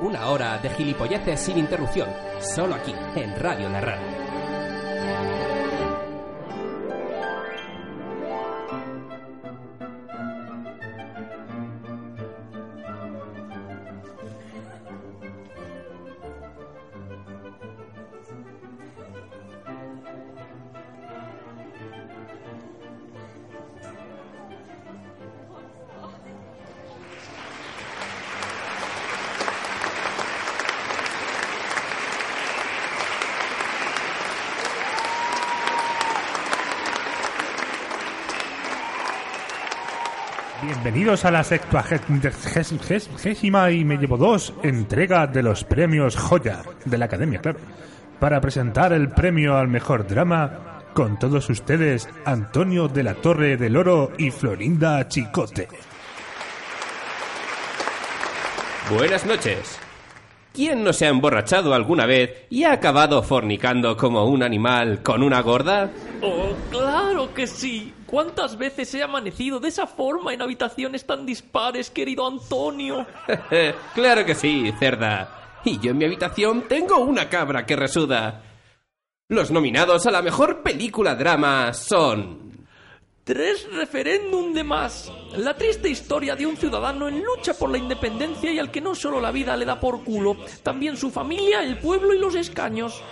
Una hora de gilipolleces sin interrupción, solo aquí, en Radio Narrar. Bienvenidos a la sextuagésima y me llevo dos entrega de los premios Joya de la Academia, claro, para presentar el premio al mejor drama con todos ustedes Antonio de la Torre del Oro y Florinda Chicote. Buenas noches. ¿Quién no se ha emborrachado alguna vez y ha acabado fornicando como un animal con una gorda? Oh, claro que sí. ¿Cuántas veces he amanecido de esa forma en habitaciones tan dispares, querido Antonio? claro que sí, cerda. Y yo en mi habitación tengo una cabra que resuda. Los nominados a la mejor película drama son... Tres referéndum de más. La triste historia de un ciudadano en lucha por la independencia y al que no solo la vida le da por culo, también su familia, el pueblo y los escaños.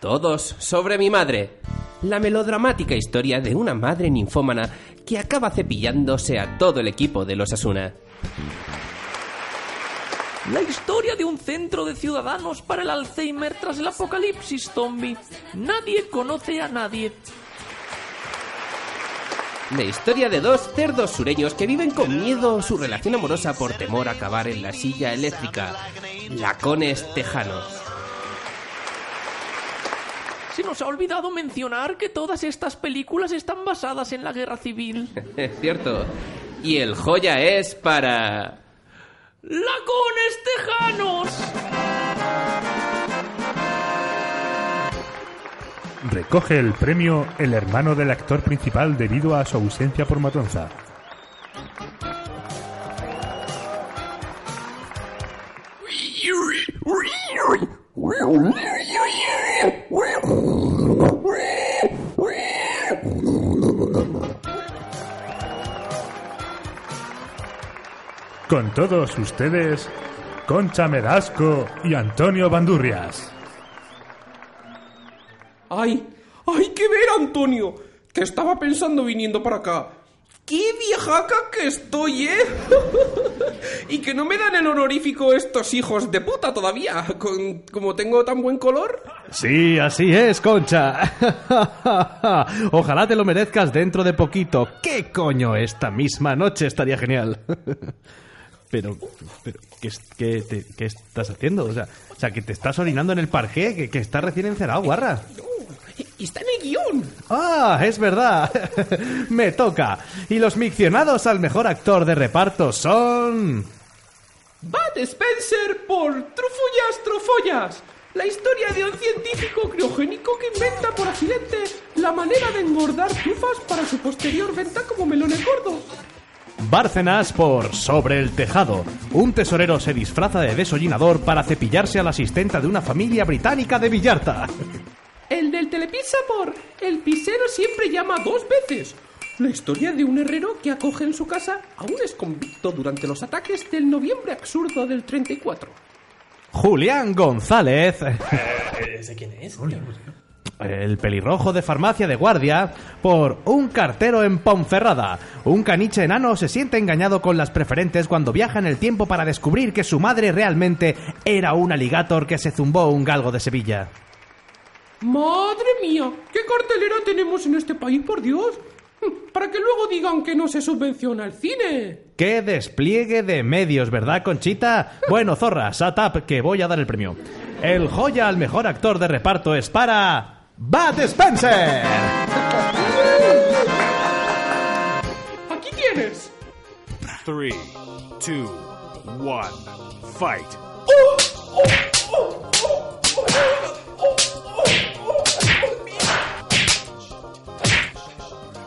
Todos sobre mi madre. La melodramática historia de una madre ninfómana que acaba cepillándose a todo el equipo de los Asuna. La historia de un centro de ciudadanos para el Alzheimer tras el apocalipsis zombie. Nadie conoce a nadie. La historia de dos cerdos sureños que viven con miedo su relación amorosa por temor a acabar en la silla eléctrica. Lacones tejanos. Se nos ha olvidado mencionar que todas estas películas están basadas en la guerra civil. Es cierto. Y el joya es para... ¡Lacones tejanos! Recoge el premio el hermano del actor principal debido a su ausencia por matanza. Con todos ustedes, Concha Merasco y Antonio Bandurrias. ¡Ay! ¡Ay, qué ver, Antonio! Que estaba pensando viniendo para acá. ¡Qué viejaca que estoy, eh! y que no me dan el honorífico estos hijos de puta todavía, con, como tengo tan buen color. Sí, así es, Concha. Ojalá te lo merezcas dentro de poquito. ¿Qué coño? Esta misma noche estaría genial. Pero, pero ¿qué, es- qué te- qué estás haciendo? O sea, o sea, que te estás orinando en el parqué, que, que estás recién encerado, guarra. Y está en el guión. Ah, es verdad. Me toca. Y los miccionados al mejor actor de reparto son... Bud Spencer por Trufollas, Trufollas. La historia de un científico criogénico que inventa por accidente la manera de engordar trufas para su posterior venta como melones gordos. Bárcenas por Sobre el Tejado. Un tesorero se disfraza de desollinador para cepillarse a la asistenta de una familia británica de Villarta. El del Telepizza por El pisero siempre llama dos veces. La historia de un herrero que acoge en su casa a un exconvicto durante los ataques del noviembre absurdo del 34. Julián González, ¿Ese quién es? el pelirrojo de farmacia de guardia, por Un cartero en Ponferrada. Un caniche enano se siente engañado con las preferentes cuando viaja en el tiempo para descubrir que su madre realmente era un alligator que se zumbó un galgo de Sevilla. Madre mía, qué cartelera tenemos en este país, por Dios. Hmm, Para que luego digan que no se subvenciona el cine. ¡Qué despliegue de medios, ¿verdad, Conchita? Bueno, zorra, shut up, que voy a dar el premio. El joya al mejor actor de reparto es para... ¡Bat Spencer! Aquí tienes. Three, two, one, fight.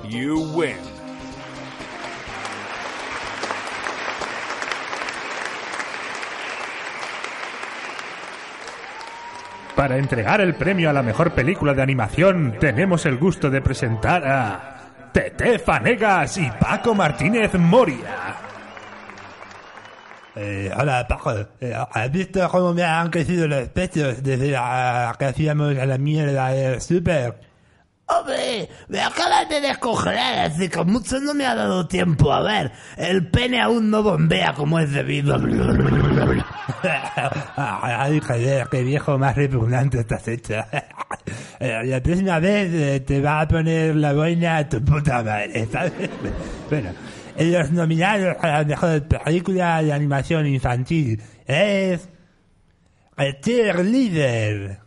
You win. Para entregar el premio a la mejor película de animación, tenemos el gusto de presentar a Tete Fanegas y Paco Martínez Moria. Eh, hola, Paco. Eh, ¿Has visto cómo me han crecido los pechos desde la, que hacíamos a la mierda del súper? Hombre, me acabas de descongelar, así que mucho no me ha dado tiempo. A ver, el pene aún no bombea como es debido. Ay, joder, qué viejo más repugnante estás hecho. Eh, la próxima vez eh, te va a poner la boina a tu puta madre, ¿sabes? bueno, eh, los nominados a la mejor película de animación infantil es... El Cheerleader.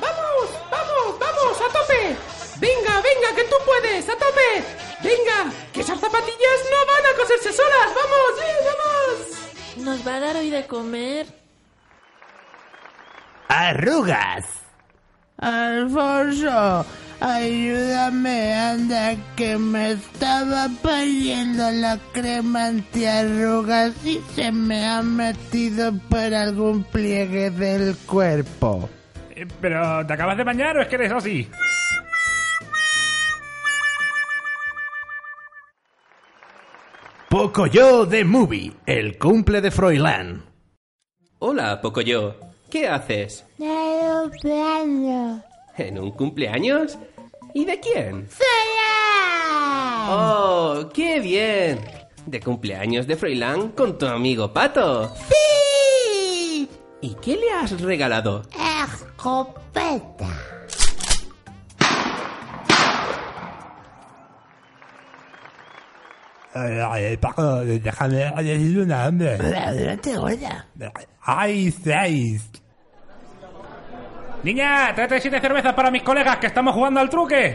¡Vamos! ¡Vamos! ¡Vamos! ¡A tope! ¡Venga, venga! ¡Que tú puedes! ¡A tope! ¡Venga! ¡Que esas zapatillas no van a coserse solas! ¡Vamos! ¡Sí, vamos! ¿Nos va a dar hoy de comer? ¡Arrugas! Alfonso, ayúdame, anda, que me estaba poniendo la crema antiarrugas y se me ha metido por algún pliegue del cuerpo. Eh, Pero, ¿te acabas de bañar o es que eres así? Pocoyo de Movie, el cumple de Froilán. Hola, Pocoyo. ¿Qué haces? ¡Aeroplano! ¿En un cumpleaños? ¿Y de quién? ¡Sola! ¡Oh, qué bien! De cumpleaños de Froilán con tu amigo Pato. ¡Sí! ¿Y qué le has regalado? ¡Escopeta! Eh, eh, Paco, déjame decir una, hombre. Adelante, gorda. Hay seis. Niña, trate siete cervezas para mis colegas que estamos jugando al truque.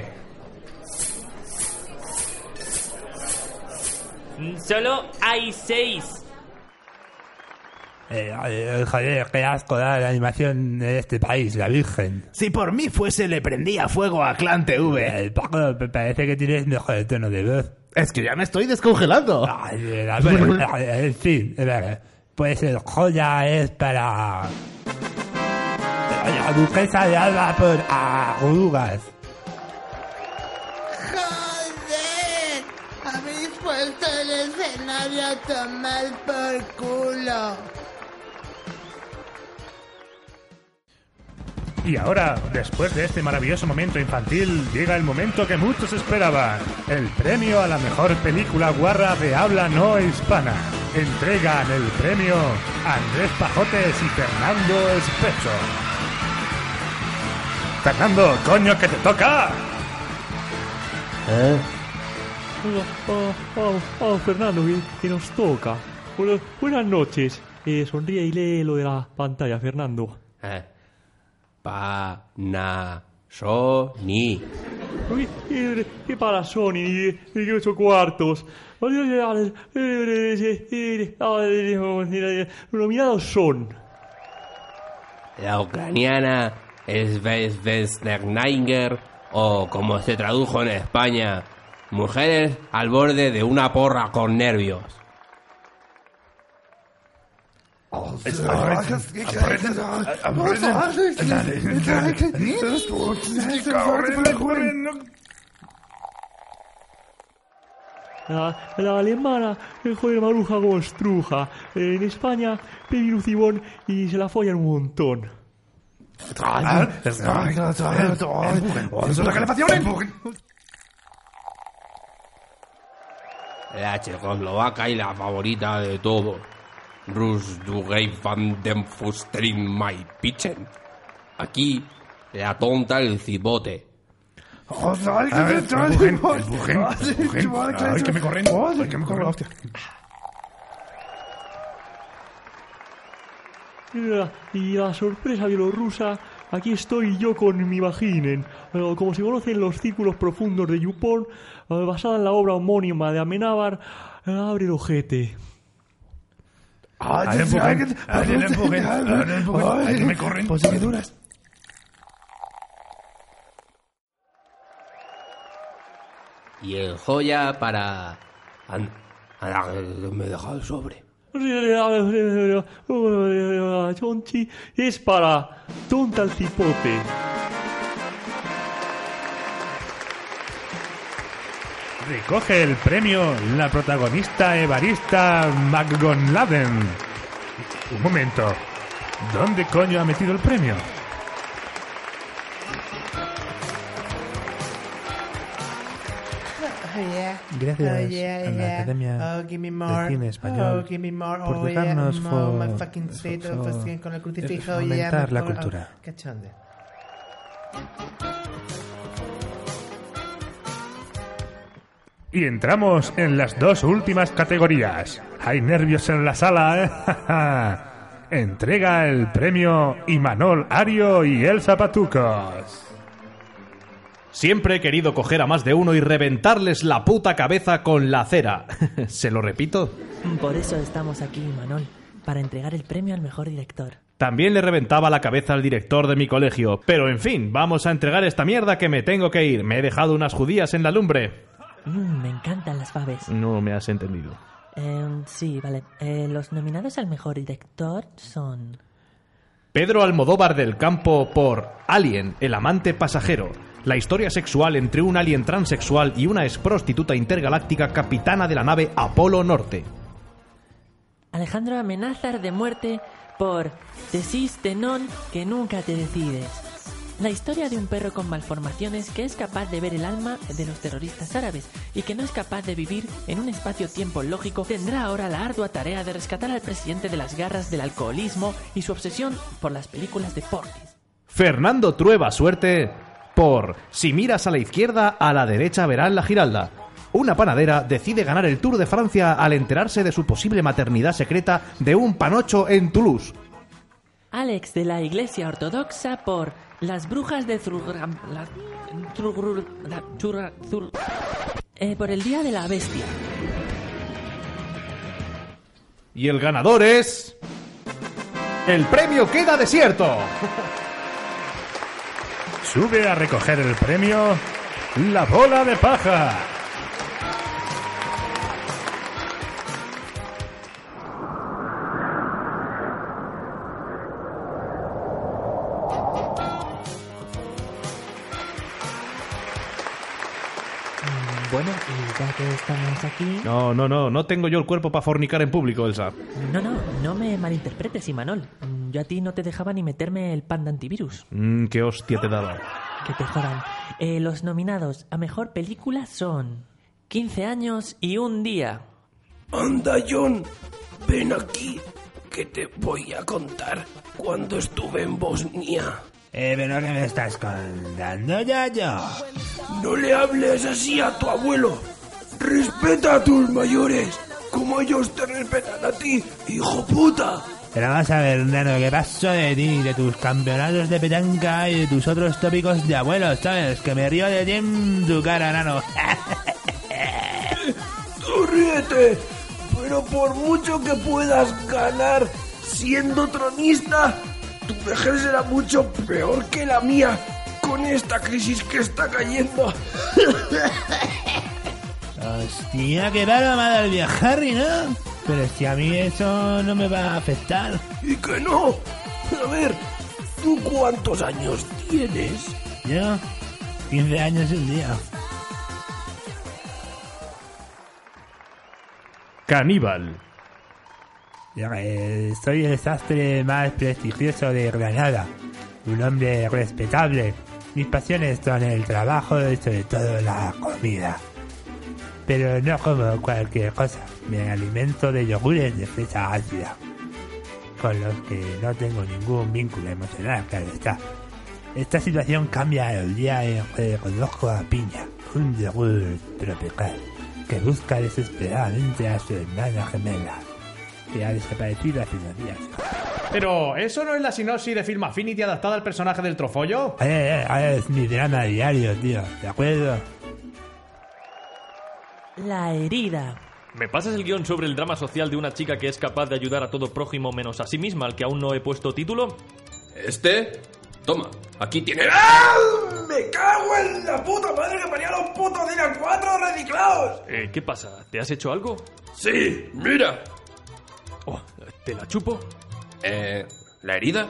Solo hay seis. Eh, eh, joder, qué asco da la animación de este país, la virgen. Si por mí fuese, le prendía fuego a Clan TV. Eh, Paco, me parece que tienes mejor tono de voz. Es que ya me estoy descongelando. Ay, eh, a ver, eh, en fin, a ver, pues el joya es para... La duquesa de Alba por arrugas. ¡Joder! Habéis puesto el escenario a tomar por culo. Y ahora, después de este maravilloso momento infantil, llega el momento que muchos esperaban. El premio a la mejor película guarra de habla no hispana. Entregan el premio Andrés Pajotes y Fernando Especho. Fernando, coño, que te toca. Fernando, que, que nos toca. Bueno, buenas noches. Eh, sonríe y lee lo de la pantalla, Fernando. Ah, Panasonic. Uy, eh, ¿Qué para Sony? eh, eh, que ocho cuartos. Nominados son. La ucraniana Svesvesnerninger, o como se tradujo en España, mujeres al borde de una porra con nervios. La, la alemana, eh, joder, maruja gostruja. Eh, en España, Pepi Lucibón y se la follan un montón. Ah, ¿eh? La checoslovaca y la favorita de todo. Rus du Gei van den Fustrin my Pichen. Aquí, la tonta el cibote. Ay, que me corren. Ay, que me corren, hostia. Y la- Y la sorpresa bielorrusa, aquí estoy yo con mi vaginen. Eh, Como se conoce en los círculos profundos de Yupon, eh, basada en la obra homónima de Amenábar, eh, abre el ojete. Ay, empujen, ay, empujen, ay, empujen, ay, que me corren. Pues Y el joya para... An- Ana- me deja el sobre. Chonchi es para tonta el cipote. Recoge el premio la protagonista evarista McGonladen. Un momento. ¿Dónde coño ha metido el premio? Oh, yeah. Gracias Oh, yeah, a la yeah. Academia oh, give me more. de Cine Español oh, give me more. por oh, dejarnos yeah, more, fo- my fucking seat, fo- oh, fo- fucking con el crucifijo. eh, yeah, fomentar la oh, oh, cultura. cachonde. Y entramos en las dos últimas categorías. Hay nervios en la sala, ¿eh? Entrega el premio Imanol Ario y Elsa Patucos. Siempre he querido coger a más de uno y reventarles la puta cabeza con la cera. ¿Se lo repito? Por eso estamos aquí, Manol, para entregar el premio al mejor director. También le reventaba la cabeza al director de mi colegio. Pero en fin, vamos a entregar esta mierda que me tengo que ir. Me he dejado unas judías en la lumbre. Mm, me encantan las faves. No me has entendido. Em, sí, vale. Eh, los nominados al mejor director son... Pedro Almodóvar del Campo por Alien, el amante pasajero. La historia sexual entre un alien transexual y una ex prostituta intergaláctica capitana de la nave Apolo Norte. Alejandro Amenazar de muerte por Decis non que nunca te decides. La historia de un perro con malformaciones que es capaz de ver el alma de los terroristas árabes y que no es capaz de vivir en un espacio-tiempo lógico tendrá ahora la ardua tarea de rescatar al presidente de las garras del alcoholismo y su obsesión por las películas de Porky's. Fernando Trueba Suerte por Si miras a la izquierda, a la derecha verás la Giralda. Una panadera decide ganar el Tour de Francia al enterarse de su posible maternidad secreta de un panocho en Toulouse. Alex de la Iglesia Ortodoxa por Las Brujas de Zurgram... la- Zurgru- la- Zurra- Zur- Eh, por el Día de la Bestia. Y el ganador es... El premio queda desierto. Sube a recoger el premio La Bola de Paja. Mm, Bueno, y ya que estamos aquí... No, no, no, no tengo yo el cuerpo para fornicar en público, Elsa. No, no, no me malinterpretes, Imanol. Mm, Yo a ti no te dejaba ni meterme el pan de antivirus. Mm, qué hostia te he dado. Que te jodan. Eh, los nominados a mejor película son 15 años y un día. Anda, John, ven aquí, que te voy a contar cuando estuve en Bosnia. Eh, pero ¿qué me estás contando, ya yo? No le hables así a tu abuelo. Respeta a tus mayores, como ellos te respetan a ti, hijo puta. Pero vamos a ver, nano, ¿qué pasó de ti, de tus campeonatos de petanca y de tus otros tópicos de abuelos, sabes? Que me río de ti en tu cara, nano. Tú ríete, pero por mucho que puedas ganar siendo tronista, tu vejez será mucho peor que la mía con esta crisis que está cayendo. Hostia, qué paro me ha dado el viejo Harry, ¿no? Pero si a mí eso no me va a afectar. ¿Y que no? A ver, ¿tú cuántos años tienes? Yo, 15 años y un día. Caníbal. Yo, eh, soy el sastre más prestigioso de Granada, un hombre respetable. Mis pasiones son el trabajo y sobre todo la comida. Pero no como cualquier cosa, me alimento de yogures de fresa ácida, con los que no tengo ningún vínculo emocional, claro está. Esta situación cambia el día en que conozco a Piña, un yogur tropical, que busca desesperadamente a su hermana gemela que ha desaparecido hace unos días. Pero, ¿eso no es la sinopsis de Film Affinity adaptada al personaje del trofollo? Eh, eh, eh, es mi drama diario, tío, ¿de acuerdo? La herida. ¿Me pasas el guión sobre el drama social de una chica que es capaz de ayudar a todo prójimo menos a sí misma, al que aún no he puesto título? Este, toma, aquí tiene. ¡Ah! ¡Me cago en la puta madre que paría los putos de las cuatro reciclados! Eh, ¿Qué pasa? ¿Te has hecho algo? Sí, mira. Oh, ¿Te la chupo? Eh, ¿La herida?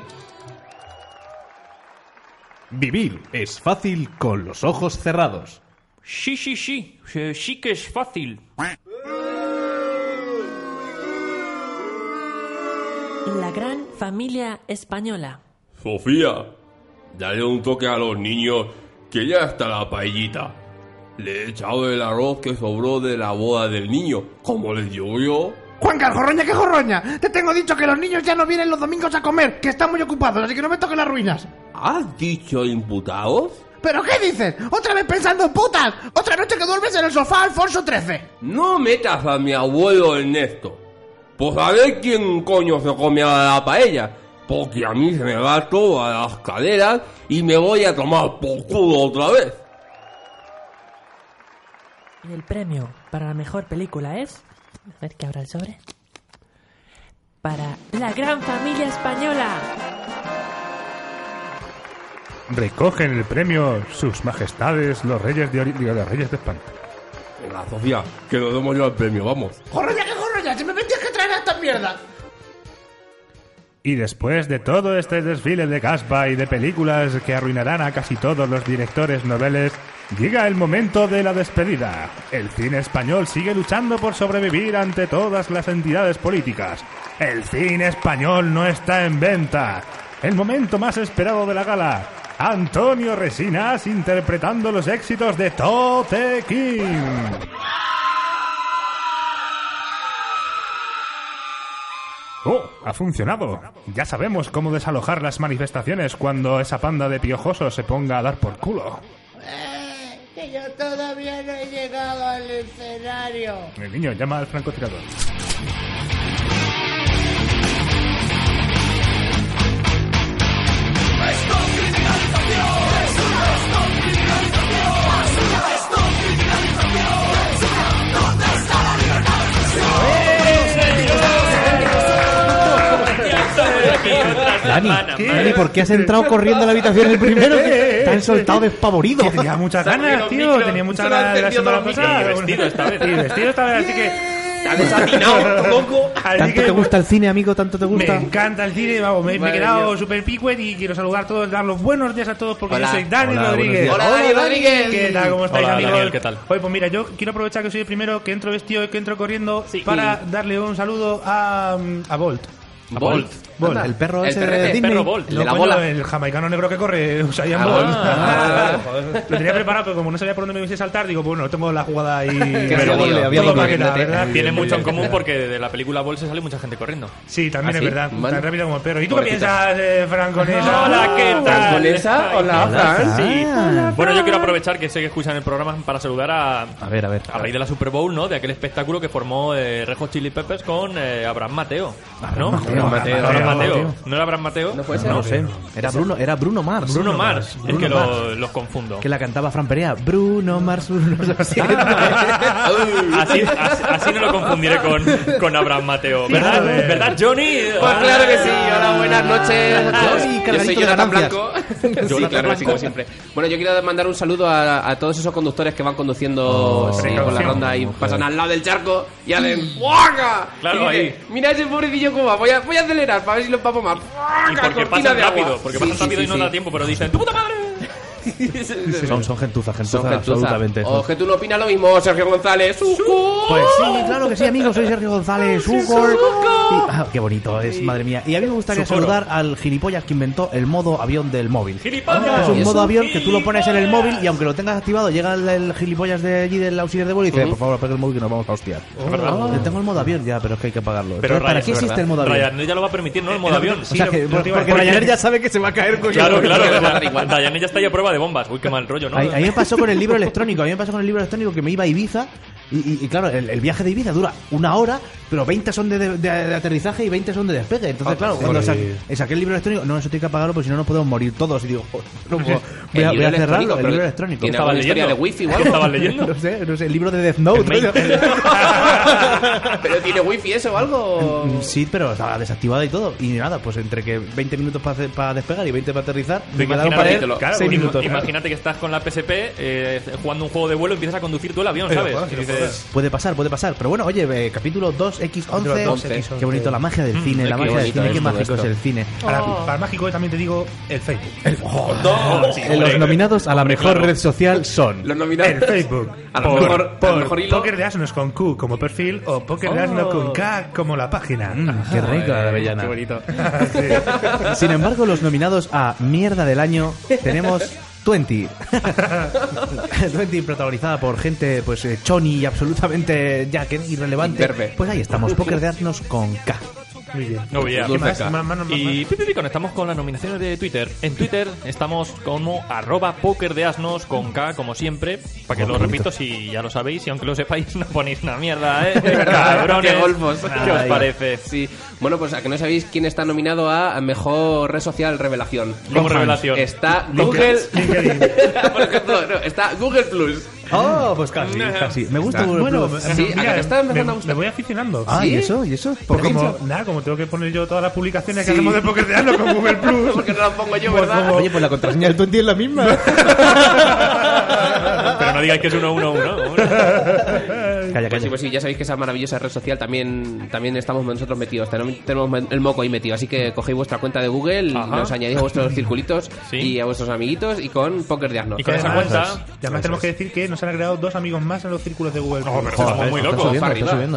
Vivir es fácil con los ojos cerrados. Sí, sí, sí. Eh, Sí que es fácil. La gran familia española. Sofía, dale un toque a los niños que ya está la paellita. Le he echado el arroz que sobró de la boda del niño, como les digo yo. Juanca, jorroña, que jorroña. Te tengo dicho que los niños ya no vienen los domingos a comer, que están muy ocupados, así que no me toquen las ruinas. ¿Has dicho imputados? ¿Pero qué dices? ¿Otra vez pensando en putas? ¿Otra noche que duermes en el sofá, Alfonso XIII? No metas a mi abuelo en esto. Pues a ver quién coño se come a la paella. Porque a mí se me va todo a las caderas y me voy a tomar por culo otra vez. Y el premio para la mejor película es. A ver que abra el sobre. Para la gran familia española. Recogen el premio sus majestades los reyes de, Ori- digo, los reyes de España. Venga, Sofía, que nos demos yo al premio, vamos. ¡Jorroña, que jorroña! ¡Si me metías que traer esta mierda! Y después de todo este desfile de caspa y de películas que arruinarán a casi todos los directores noveles, llega el momento de la despedida. El cine español sigue luchando por sobrevivir ante todas las entidades políticas. El cine español no está en venta. El momento más esperado de la gala. Antonio Resinas interpretando los éxitos de Tote King. ¡Oh! ¡Ha funcionado! Ya sabemos cómo desalojar las manifestaciones cuando esa panda de piojosos se ponga a dar por culo. Que yo todavía no he llegado al escenario. El niño llama al francotirador. Dani, Dani, ¿por qué has entrado corriendo a la habitación el primero? Te han soltado despavorido. Tenía muchas ganas, tío. Tenía muchas ganas de la semana pasada. Y vestido esta vez, así que... Te Tanto te gusta el cine, amigo, tanto te Me gusta. encanta el cine, vamos, me, me he Madre quedado mía. super picuet y quiero saludar a todos, dar los buenos días a todos porque Hola. yo soy Dani Hola, buenos Rodríguez. días. Hola, Dani Rodríguez. ¿Qué tal? ¿Cómo estáis, Hola, amigos? Daniel, ¿qué tal? Oye, pues mira, yo quiero aprovechar que soy el primero que entro vestido y que entro corriendo para darle un saludo a, a Bolt. A Bolt. Bolt. Anda, el perro El ese de perrete, el Disney. perro Bolt, el de No, la coño, bola. El jamaicano negro que corre, Usain Ah, Bolt. ah, Joder, Lo tenía preparado, pero como no sabía por dónde me iba a saltar, digo, pues bueno, tengo la jugada ahí. Que Pero había bueno, doble, había todo doble. maqueta, ¿verdad? Tiene mucho en Bien, bien, común bien. porque de la película Ball se sale mucha gente corriendo. Sí, también ¿Ah, es sí? verdad. Vale. Tan rápido como el perro. ¿Y tú qué Pobrecita. piensas, eh, Franconesa? Hola, ¿qué tal? Franconesa, hola, Fran. Sí. Hola, Bueno, yo Fran. quiero aprovechar que sé que escuchan el programa para saludar a. A ver, a ver. raíz de la Super Bowl, ¿no? De aquel espectáculo que formó eh, Rejo Chili Peppers con eh, Abraham Mateo. ¿No? Mateo, Mateo, Abraham Mateo. Mateo. ¿No era Abraham Mateo? No No lo sé. Era Bruno, era Bruno Mars. Bruno Mars, el Bruno que Mars. lo- los confundo. Que la cantaba Fran Perea. Bruno Mars, Bruno Mars. Ah, Así, así- así no lo confundiré con, con Abraham Mateo. ¿Verdad, ¿verdad Johnny? Ah, Pues claro que sí, hola, buenas noches a todos. Ay, Yo cargadito soy de Jonathan ganancias. Blanco. Jonathan sí, claro que sí, Blanco. como siempre. Bueno, yo quiero mandar un saludo a, a todos esos conductores que van conduciendo sí, por la ronda y pasan al lado del charco y hacen ¡Fuaca! Claro, Y dicen, Mira ese pobrecillo cómo va, voy a, voy a acelerar para ver si lo papo más. Y porque pasan rápido, porque pasan rápido y no da da tiempo, pero dicen, ¡tu puta madre! Son, son gentuza, gentuza, Son gentuza. absolutamente. Oh. O que tú no opinas lo mismo, Sergio González. ¡Ujú! Pues sí, claro que sí, amigos. Soy Sergio González, Ugor. Y- ah, qué bonito es, madre mía. Y a mí me gustaría Socorro. saludar al gilipollas que inventó el modo avión del móvil. ¡Gilipollas! Es un ¿Y modo eso? avión que tú lo pones en el móvil y aunque lo tengas activado, llega el, el gilipollas de allí del auxiliar de vuelo y dice: Ujú. Por favor, apaga el móvil que nos vamos a hostiar. Es verdad. Le tengo el modo avión ya, pero es que hay que pagarlo. Pues Pero Entonces, ¿Para Ryanair, qué existe ¿verdad? el modo avión? Ryanair ya lo va a permitir, ¿no? El modo avión. O sea, que, porque Ryanair ya sabe que se va a caer con Claro, claro. Ryanair ya está ya a prueba de bombas. Uy, qué mal rollo, ¿no? A, a mí me pasó con el libro electrónico, a mí me pasó con el libro electrónico que me iba a Ibiza y, y- y claro, el, el viaje de Ibiza dura una hora, pero 20 son de, de- de aterrizaje y 20 son de despegue. Entonces, Ah, claro, pues joder. cuando sa- saqué el libro electrónico, no, eso tiene que apagarlo porque si no nos podemos morir todos. Y digo, joder, no puedo- voy a, El voy a libro cerrarlo, electrónico, el pero libro electrónico. ¿tiene alguna historia de wifi o algo? ¿Qué estabas leyendo? No sé, no sé, el libro de Death Note. ¿Pero tiene wifi eso o algo? Mm, Sí, pero estaba desactivada y todo. Y nada, pues entre que 20 minutos para despegar y 20 para aterrizar, me quedaron para él 6 pues, minutos. imagínate que estás con la PSP eh, jugando un juego de vuelo y empiezas a conducir tú el avión, Pero, ¿sabes? joder, Y dices, Entonces... Puede pasar, puede pasar. Pero bueno, oye, eh, capítulo 2X11. Qué bonito la magia del cine, la magia del cine. Qué mágico es el cine. Para, Oh. para mágico eh, también te digo el Facebook. Sí, Eh, Los hombre. nominados a la Hombre, mejor claro. red social son... Los nominados. El Facebook. A lo Por- mejor- a lo por mejor hilo. Poker de Asnos con Q como perfil o Poker de Oh. Asnos con K como la página. Mm, Qué rico la avellana. Qué bonito. Sin embargo, los nominados a Mierda del Año tenemos 20. 20 protagonizada por gente pues eh, choni y absolutamente ya que irrelevante. Pues ahí estamos, Poker de Asnos con K. Muy bien. No, ya. ¿Qué más? Pues Ma- Y pi, pi, pi, conectamos con las nominaciones de Twitter. En Twitter estamos como arroba poker de asnos con K, como siempre. Para que Oh, lo bonito. repito si ya lo sabéis y aunque lo sepáis no ponéis una mierda, ¿eh? Cabrones. Qué golfos. ¿Qué os parece? Sí. Bueno, pues a que no sabéis quién está nominado a Mejor Red Social Revelación. ¿Cómo Con revelación? fans. Está Con Google... Por ejemplo, no, está Google Plus. Oh, pues casi, casi. Me gusta Google Ah, Bueno, Plus. me- Sí, mira, a que está empezando me- a gustar. Me voy aficionando. Ah, ¿y eso? ¿Y eso? Pues ¿Por qué? como, nada, como tengo que poner yo todas las publicaciones Sí. que hacemos de Poker de Asnos con Google Plus. Porque no la pongo yo, Pues ¿verdad? como- Oye, pues la contraseña del 20 es la misma. Pero no digáis que es uno uno uno. Pues sí, pues sí, ya sabéis que esa maravillosa red social también, también estamos nosotros metidos. Tenemos tenemos el moco ahí metido. Así que cogéis vuestra cuenta de Google, Ajá. os añadís a vuestros circulitos y a vuestros amiguitos y con Poker de Asno. Y con esa Además, cuenta- Y además tenemos que decir que nos han agregado dos amigos más en los círculos de Google Oh, Plus. Pero estamos muy locos.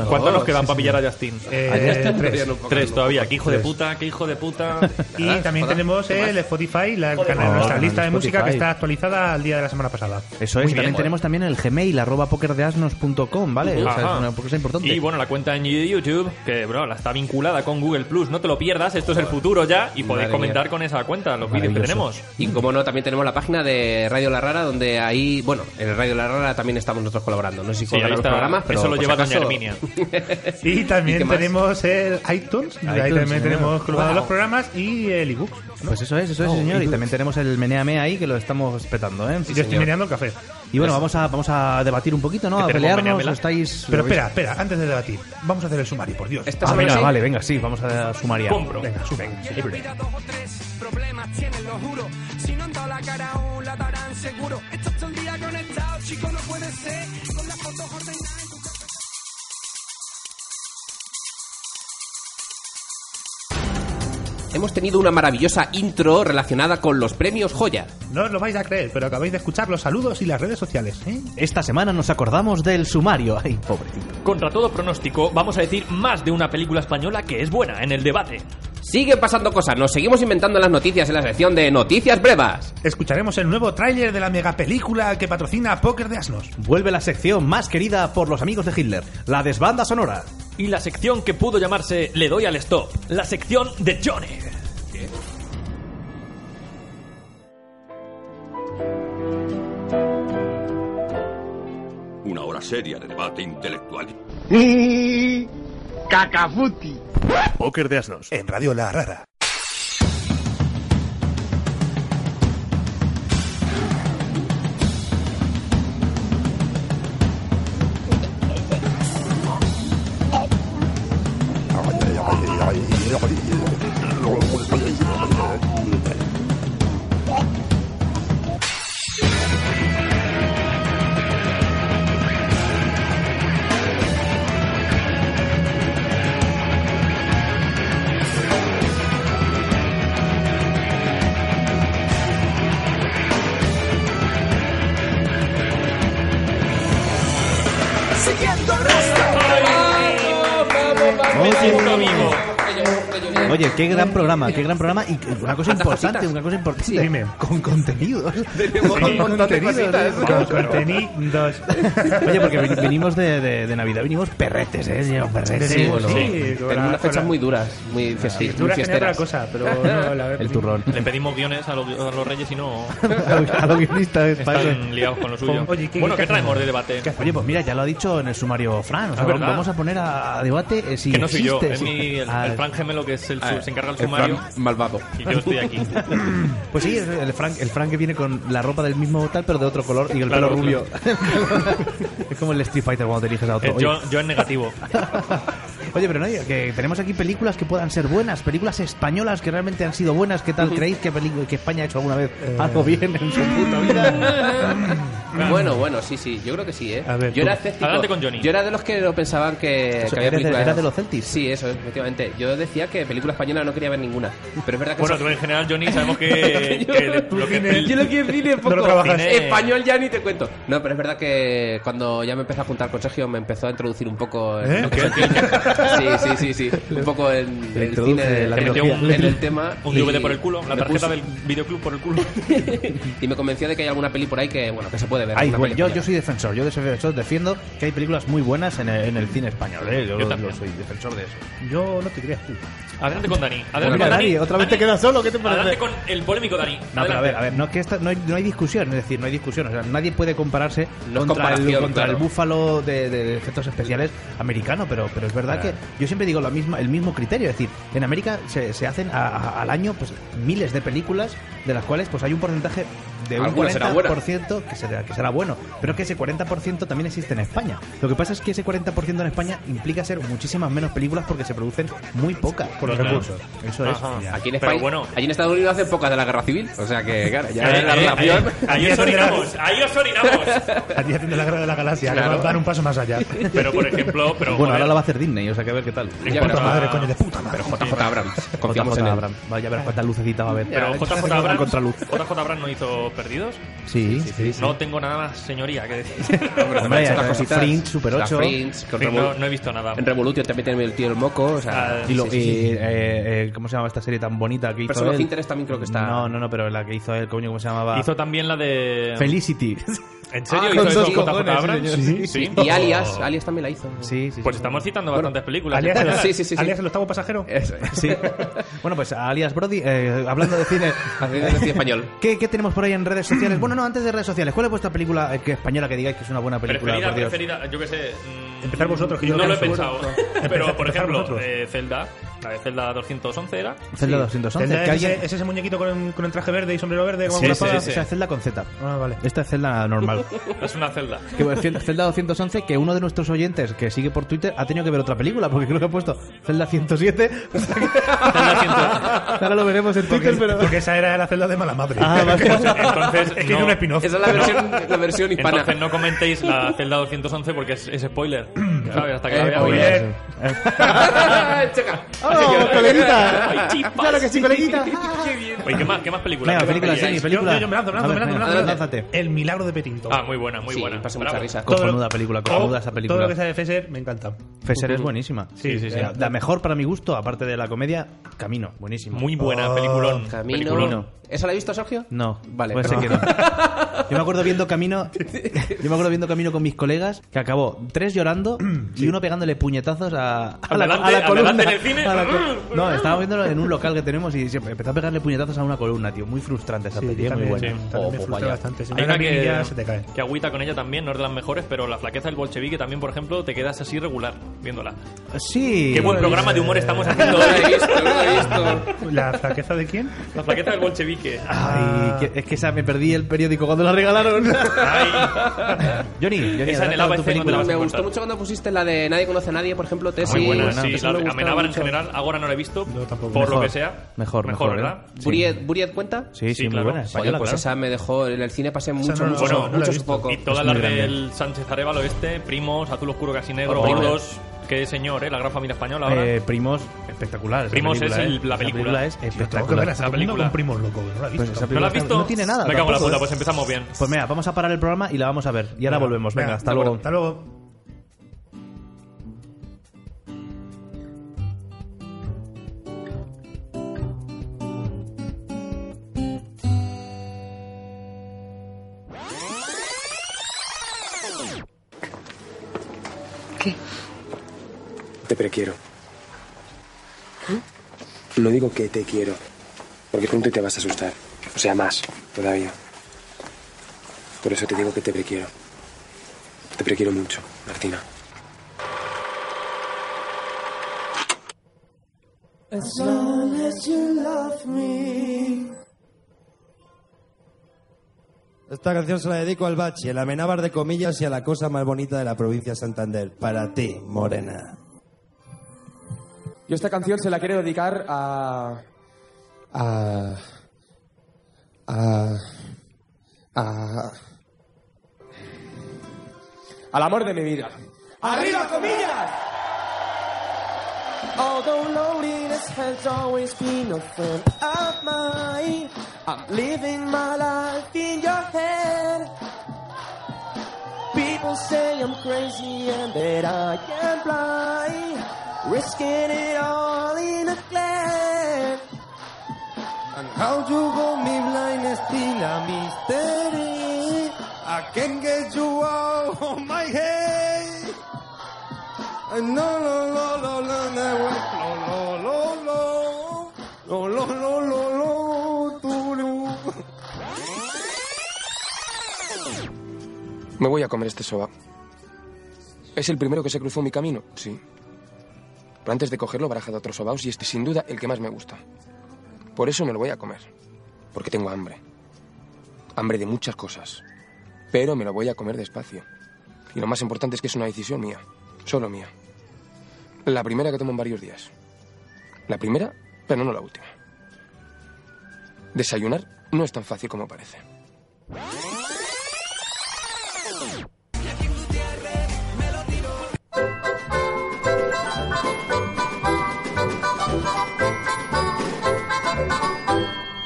¿Cuántos nos quedan para pillar a Justin? Oh, Eh, A Justin tres. tres. todavía no. Tres todavía. ¿Qué hijo de Tres. puta? ¿Qué hijo de puta? Y también tenemos el Spotify, la, canal- Oh, nuestra el lista de música que Spotify. está actualizada al día de la semana pasada. Eso es, Muy y bien. también tenemos también el Gmail, arroba pokerdeasnos.com, ¿vale? O sea, Ajá. es una cosa importante. Y bueno, la cuenta en YouTube, que bro, la está vinculada con Google Plus, no te lo pierdas, esto es el futuro ya y podéis Madre comentar mía. con esa cuenta los vídeos que tenemos. Y como no, también tenemos la página de Radio La Rara, donde ahí, bueno, en Radio La Rara también estamos nosotros colaborando. No sé si Sí, colaboran ahí los está. programas, pero Eso lo por lleva si acaso- Doña Herminia. Y ¿Y qué también más? tenemos el iTunes, y ahí iTunes, también señor. tenemos colgados Wow. los programas y el ebook. Pues eso es, eso es, Oh, señor. Y y- también tenemos el meneame ahí que lo estamos petando, ¿eh? Yo estoy meneando el café. Y bueno, vamos a, vamos a debatir un poquito, ¿no? A Tenemos pelearnos, meneamela. ¿o estáis... Pero lo veis? espera, espera, antes de debatir, vamos a hacer el sumario, por Dios. Ah, venga, vale, venga, sí, vamos a sumar ya. Compro. Venga, suma. dos o tres problemas tienen, lo juro. Si no han dado la cara aún, la darán seguro. Estás todo el día conectado, chico, no puede ser. Con las fotos ordenadas en tu casa. Hemos tenido una maravillosa intro relacionada con los premios Joya. No os lo vais a creer, pero acabáis de escuchar los saludos y las redes sociales, ¿eh? Esta semana nos acordamos del sumario. Ay, pobre. Contra todo pronóstico, vamos a decir más de una película española que es buena en el debate. Sigue pasando cosas, nos seguimos inventando las noticias en la sección de Noticias Brevas. Escucharemos el nuevo tráiler de la megapelícula que patrocina Póker de Asnos. Vuelve la sección más querida por los amigos de Hitler, la desbanda sonora. Y la sección que pudo llamarse Le doy al stop, la sección de Johnny. Una hora seria de debate intelectual. Cacafuti. Poker de asnos. En Radio La Rara. Siguiendo el resto. Oye, bien. Oye, qué gran programa, qué gran programa y una cosa importante, cositas. una cosa importante. Sí. Dime. Con contenidos. ¿eh? Tenemos un montón de cositas. Con Con contenidos. Oye, porque ven- venimos de, de- de Navidad, venimos perretes, ¿eh? señor? Perretes. Sí, bueno, con la- unas con la- fechas muy duras, muy, fiesti- muy duras tenía fiesteras. otra cosa, pero no, la- El turrón. Le pedimos guiones a los, a los reyes y no. a los guionistas españoles. Están liados con lo suyo. eh, Oye, ¿qué- bueno, qué ¿qué traemos de hacemos? debate? Oye, pues mira, ya lo ha dicho en el sumario Fran. o sea, Es Ah, verdad. vamos a poner a, a debate eh, si que no soy yo, existe, es si- mi, el, Ah, el Frank Gemelo que es el, Ah, su- se encarga del el sumario. Frank malvado. Y yo estoy aquí. Pues sí, es el Frank, el Frank que viene con la ropa del mismo tal, pero de otro color y el Claro, pelo rubio. es como el Street Fighter cuando te eliges a otro. Eh, Oye, yo, yo en negativo. oye, pero no, oye, que tenemos aquí películas que puedan ser buenas, películas españolas que realmente han sido Eh. buenas. ¿Qué tal creéis que, peli- que España ha hecho alguna vez algo bien en su puta vida? Bueno, bueno, sí, sí, yo creo que sí, ¿eh? A ver, tú. yo era escéptico. Adelante con Johnny. Yo era de los que no pensaban que, Eso, que había ¿eres de- películas. eras de los Celtics? Sí, eso, efectivamente. Yo decía que película española no quería ver ninguna. Pero es verdad que. Bueno, eso- tú en general, Johnny, sabemos que, Yo- que el- lo que el- yo lo que es cine poco. lo trabajas. Cine- Español ya ni te cuento. No, pero es verdad que cuando ya me empecé a juntar con Sergio me empezó a introducir un poco en ¿Eh? lo que es el cine. Sí, sí, sí, sí. Un poco en Le el introduce cine, la en biología. el- en el tema. Un y DVD por el culo, la me tarjeta puso- del videoclub por el culo. Y me convenció de que hay alguna peli por ahí que, bueno, que se puede ver. Ay, alguna bueno, peli yo, española. yo soy defensor, yo de ser defensor defiendo que hay películas muy buenas en el, en el cine español. ¿eh? Yo, Yo también. yo soy defensor de eso. Yo no te creas tú. Adelante con Dani. Adelante Mira, con Dani. Dani, otra vez te quedas solo, ¿qué te parece? Adelante con el polémico Dani. No, pero a Adelante. ver, a ver, no, es que esta- no, hay, no hay discusión, es decir, no hay discusión. O sea, nadie puede compararse No es contra, el, comparación, contra claro. el búfalo de, de- de efectos especiales americano, pero, pero es verdad Claro. que yo siempre digo la misma, el mismo criterio. Es decir, en América se, se hacen a- a- al año pues miles de películas, de las cuales pues hay un porcentaje de un Algunas serán buenas. 40% que será, que será bueno, pero que ese 40% también existe en España. Lo que pasa es que ese 40% en España implica ser muchísimas menos películas porque se producen muy pocas por los Claro. recursos. Eso es. Ajá. Aquí en Pero España, bueno. allí en Estados Unidos hacen pocas de la guerra civil, o sea que, claro, ya Eh, la eh, relación. eh, Ahí os orinamos, ahí os orinamos. Aquí haciendo la guerra de la galaxia, Claro. ahora van un paso más allá. Pero por ejemplo, pero bueno, joder, ahora la va a hacer Disney, o sea que a ver qué tal. Ya verás. madre, coño, de puta madre. Pero JJ Abrams, confiamos JJ en él. Abrams. Vaya a ver cuánta lucecita va a haber. pero JJ Una Abrams, contraluz. JJ Abrams no hizo perdidos. Sí, sí, sí. No tengo nada más, señoría, que decir. Hombre, Estas eh, cositas. Fringe, Super La 8. Fringe, con Sí, Revol- no, no he visto nada. En Revolution también tiene el tío el moco, o sea, Y, lo- sí, sí, sí. y, eh, eh, ¿Cómo se llama esta serie tan bonita que hizo Person of él? Interest también creo que está- No, no, no, pero la que hizo él, coño, ¿cómo se llamaba? Hizo también la de. Felicity. ¿En serio Ah, hizo con eso dos JJ cojones, Abrams? sí, señor. Sí. Y Alias, Alias también la hizo. Sí, sí, sí. Pues estamos citando bastantes películas. Alias, Españolas. Sí, sí, sí, sí. alias el octavo pasajero. Eso es. Sí. Bueno, pues alias Brody, eh, hablando de cine. Haciendo el cine español. ¿Qué, qué tenemos por ahí en redes sociales? Bueno, no, antes de redes sociales, ¿cuál es vuestra película eh, que española que digáis que es una buena película? Preferida, por Dios? preferida, yo qué sé. mm, Empezar vosotros, que yo No creo lo he que pensado. seguro. Pero, por Empezar ejemplo, vosotros. eh, Zelda, la de Zelda 211 era. Zelda 211. que Zelda es, alguien- ese, es ese muñequito con, con el traje verde y sombrero verde. con Sí, una sí, espada. sí. Esa es Zelda con Z. Ah, vale. Esta es Zelda normal. Es una Zelda. Que, bueno, Cel- Zelda 211, que uno de nuestros oyentes que sigue por Twitter ha tenido que ver otra película, porque creo que ha puesto Zelda 107. o sea que- Ahora lo veremos en Twitter, pero... Porque esa era la celda de mala madre. Ah, vale. Entonces, es que no. tiene un spin-off. Esa es la versión, la versión hispana. Entonces no comentéis la Zelda 211 porque es, es spoiler. ¿Sabes? Hasta que la Eh, veas. spoiler. Checa. ¡Oh, coleguita! Ay, chispas. ¡Claro que sí, coleguita! Oye, ¿qué más, qué más películas? Venga, ¿Qué más películas, veíais? sí, películas. Yo, yo me lanzo, me A lanzo, ver, me lanzo, me venga, lanzo. lánzate. El milagro de Petinto. Ah, muy buena, muy Sí, buena. pasa Bravo. mucha risa. Todo lo- Oh, Cojonuda película, cojonuda esa película. Todo lo que sea de Fesser me encanta. Fesser es buenísima. eh, Sí, sí, sí. La, la mejor para mi gusto, aparte de la comedia, Camino, buenísima. Muy Oh, buena, peliculón. Camino. Peliculón. ¿Esa la ha visto Sergio? No, Vale. puede ser que no. Yo me acuerdo viendo Camino, yo me acuerdo viendo Camino con mis colegas que acabó tres llorando y uno pegándole puñetazos a, a, la, a la Adelante, columna. adelante en el cine. A la co- no, estábamos viéndolo en un local que tenemos y se empezó a pegarle puñetazos a una columna, tío, muy frustrante esa Sí, peli, eh, yo muy también, buena. sí, también me Ojo, frustra vaya. bastante. Si no Hay era una mi que, ya se te cae. que agüita con ella también, no es de las mejores, pero la flaqueza del bolchevique también, por ejemplo, te quedas así regular viéndola. Sí. Qué buen programa de humor estamos haciendo No la he hoy. visto, no la he visto. ¿La flaqueza Ah, de quién? La flaqueza del bolchevique. Ay, que- es que esa me perdí el periódico cuando la regalaron. Ay. Johnny, Johnny, Esa en el adelanta tu ABC no te película. la vas Me a gustó cortar. mucho cuando pusiste la de Nadie conoce a nadie, por ejemplo, Tesi. Muy buena, Esa sí. me La gustó de Amenábar en mucho. general, ahora no la he visto. tampoco. Por lo Mejor. que sea. Mejor, mejor, ¿verdad? ¿eh? ¿Buriet, Buriet cuenta? Sí, sí, Sí, muy claro. buena. Oye, Oye, española, pues claro. esa me dejó. En el cine pasé mucho, no, no, mucho, no, no la he mucho visto. poco. Y todas Es las muy grande. del Sánchez Arevalo este, primos, azul oscuro casi negro, Horrible. gordos, qué señor, ¿eh? La gran familia española ahora. Eh, Primos, espectacular. esa Primos es película, el- ¿eh? la Esa película. es Yo tengo que ver espectacular. a La todo el mundo película. con primos loco. No la he visto. Pues esa tampoco. ¿No la has película visto? No tiene nada. Me cago en la tampoco, puta, ¿eh? pues empezamos bien. Pues mira, vamos a parar el programa y la vamos a ver. Y ahora volvemos. Venga, hasta de acuerdo, luego. Hasta luego. Te prequiero. No digo que te quiero, porque pronto te vas a asustar. O sea, más todavía. Por eso te digo que te prequiero. Te prequiero mucho, Martina. As long as you love me. Esta canción se la dedico al bache, la amenábar de comillas y a la cosa más bonita de la provincia de Santander. Para ti, Morena. Yo esta canción se la quiero dedicar a. a. a. a. Al amor de mi vida. ¡Arriba, comillas! Although loneliness has always been a friend of mine, I'm living my life in your head. People say I'm crazy and that I am blind, risking it all in a glance. And how you hold me blind is still a mystery. I can get you out of my head. And no, no, no, no, no, no, no, no, no, no, no, no, no, no, no, tú no. Me voy a comer este soba. ¿Es el primero que se cruzó mi camino? Sí. Pero antes de cogerlo, he barajado otros sobaos y este es sin duda el que más me gusta. Por eso me lo voy a comer. Porque tengo hambre. Hambre de muchas cosas. Pero me lo voy a comer despacio. Y lo más importante es que es una decisión mía. Solo mía. La primera que tomo en varios días. La primera, pero no la última. Desayunar no es tan fácil como parece.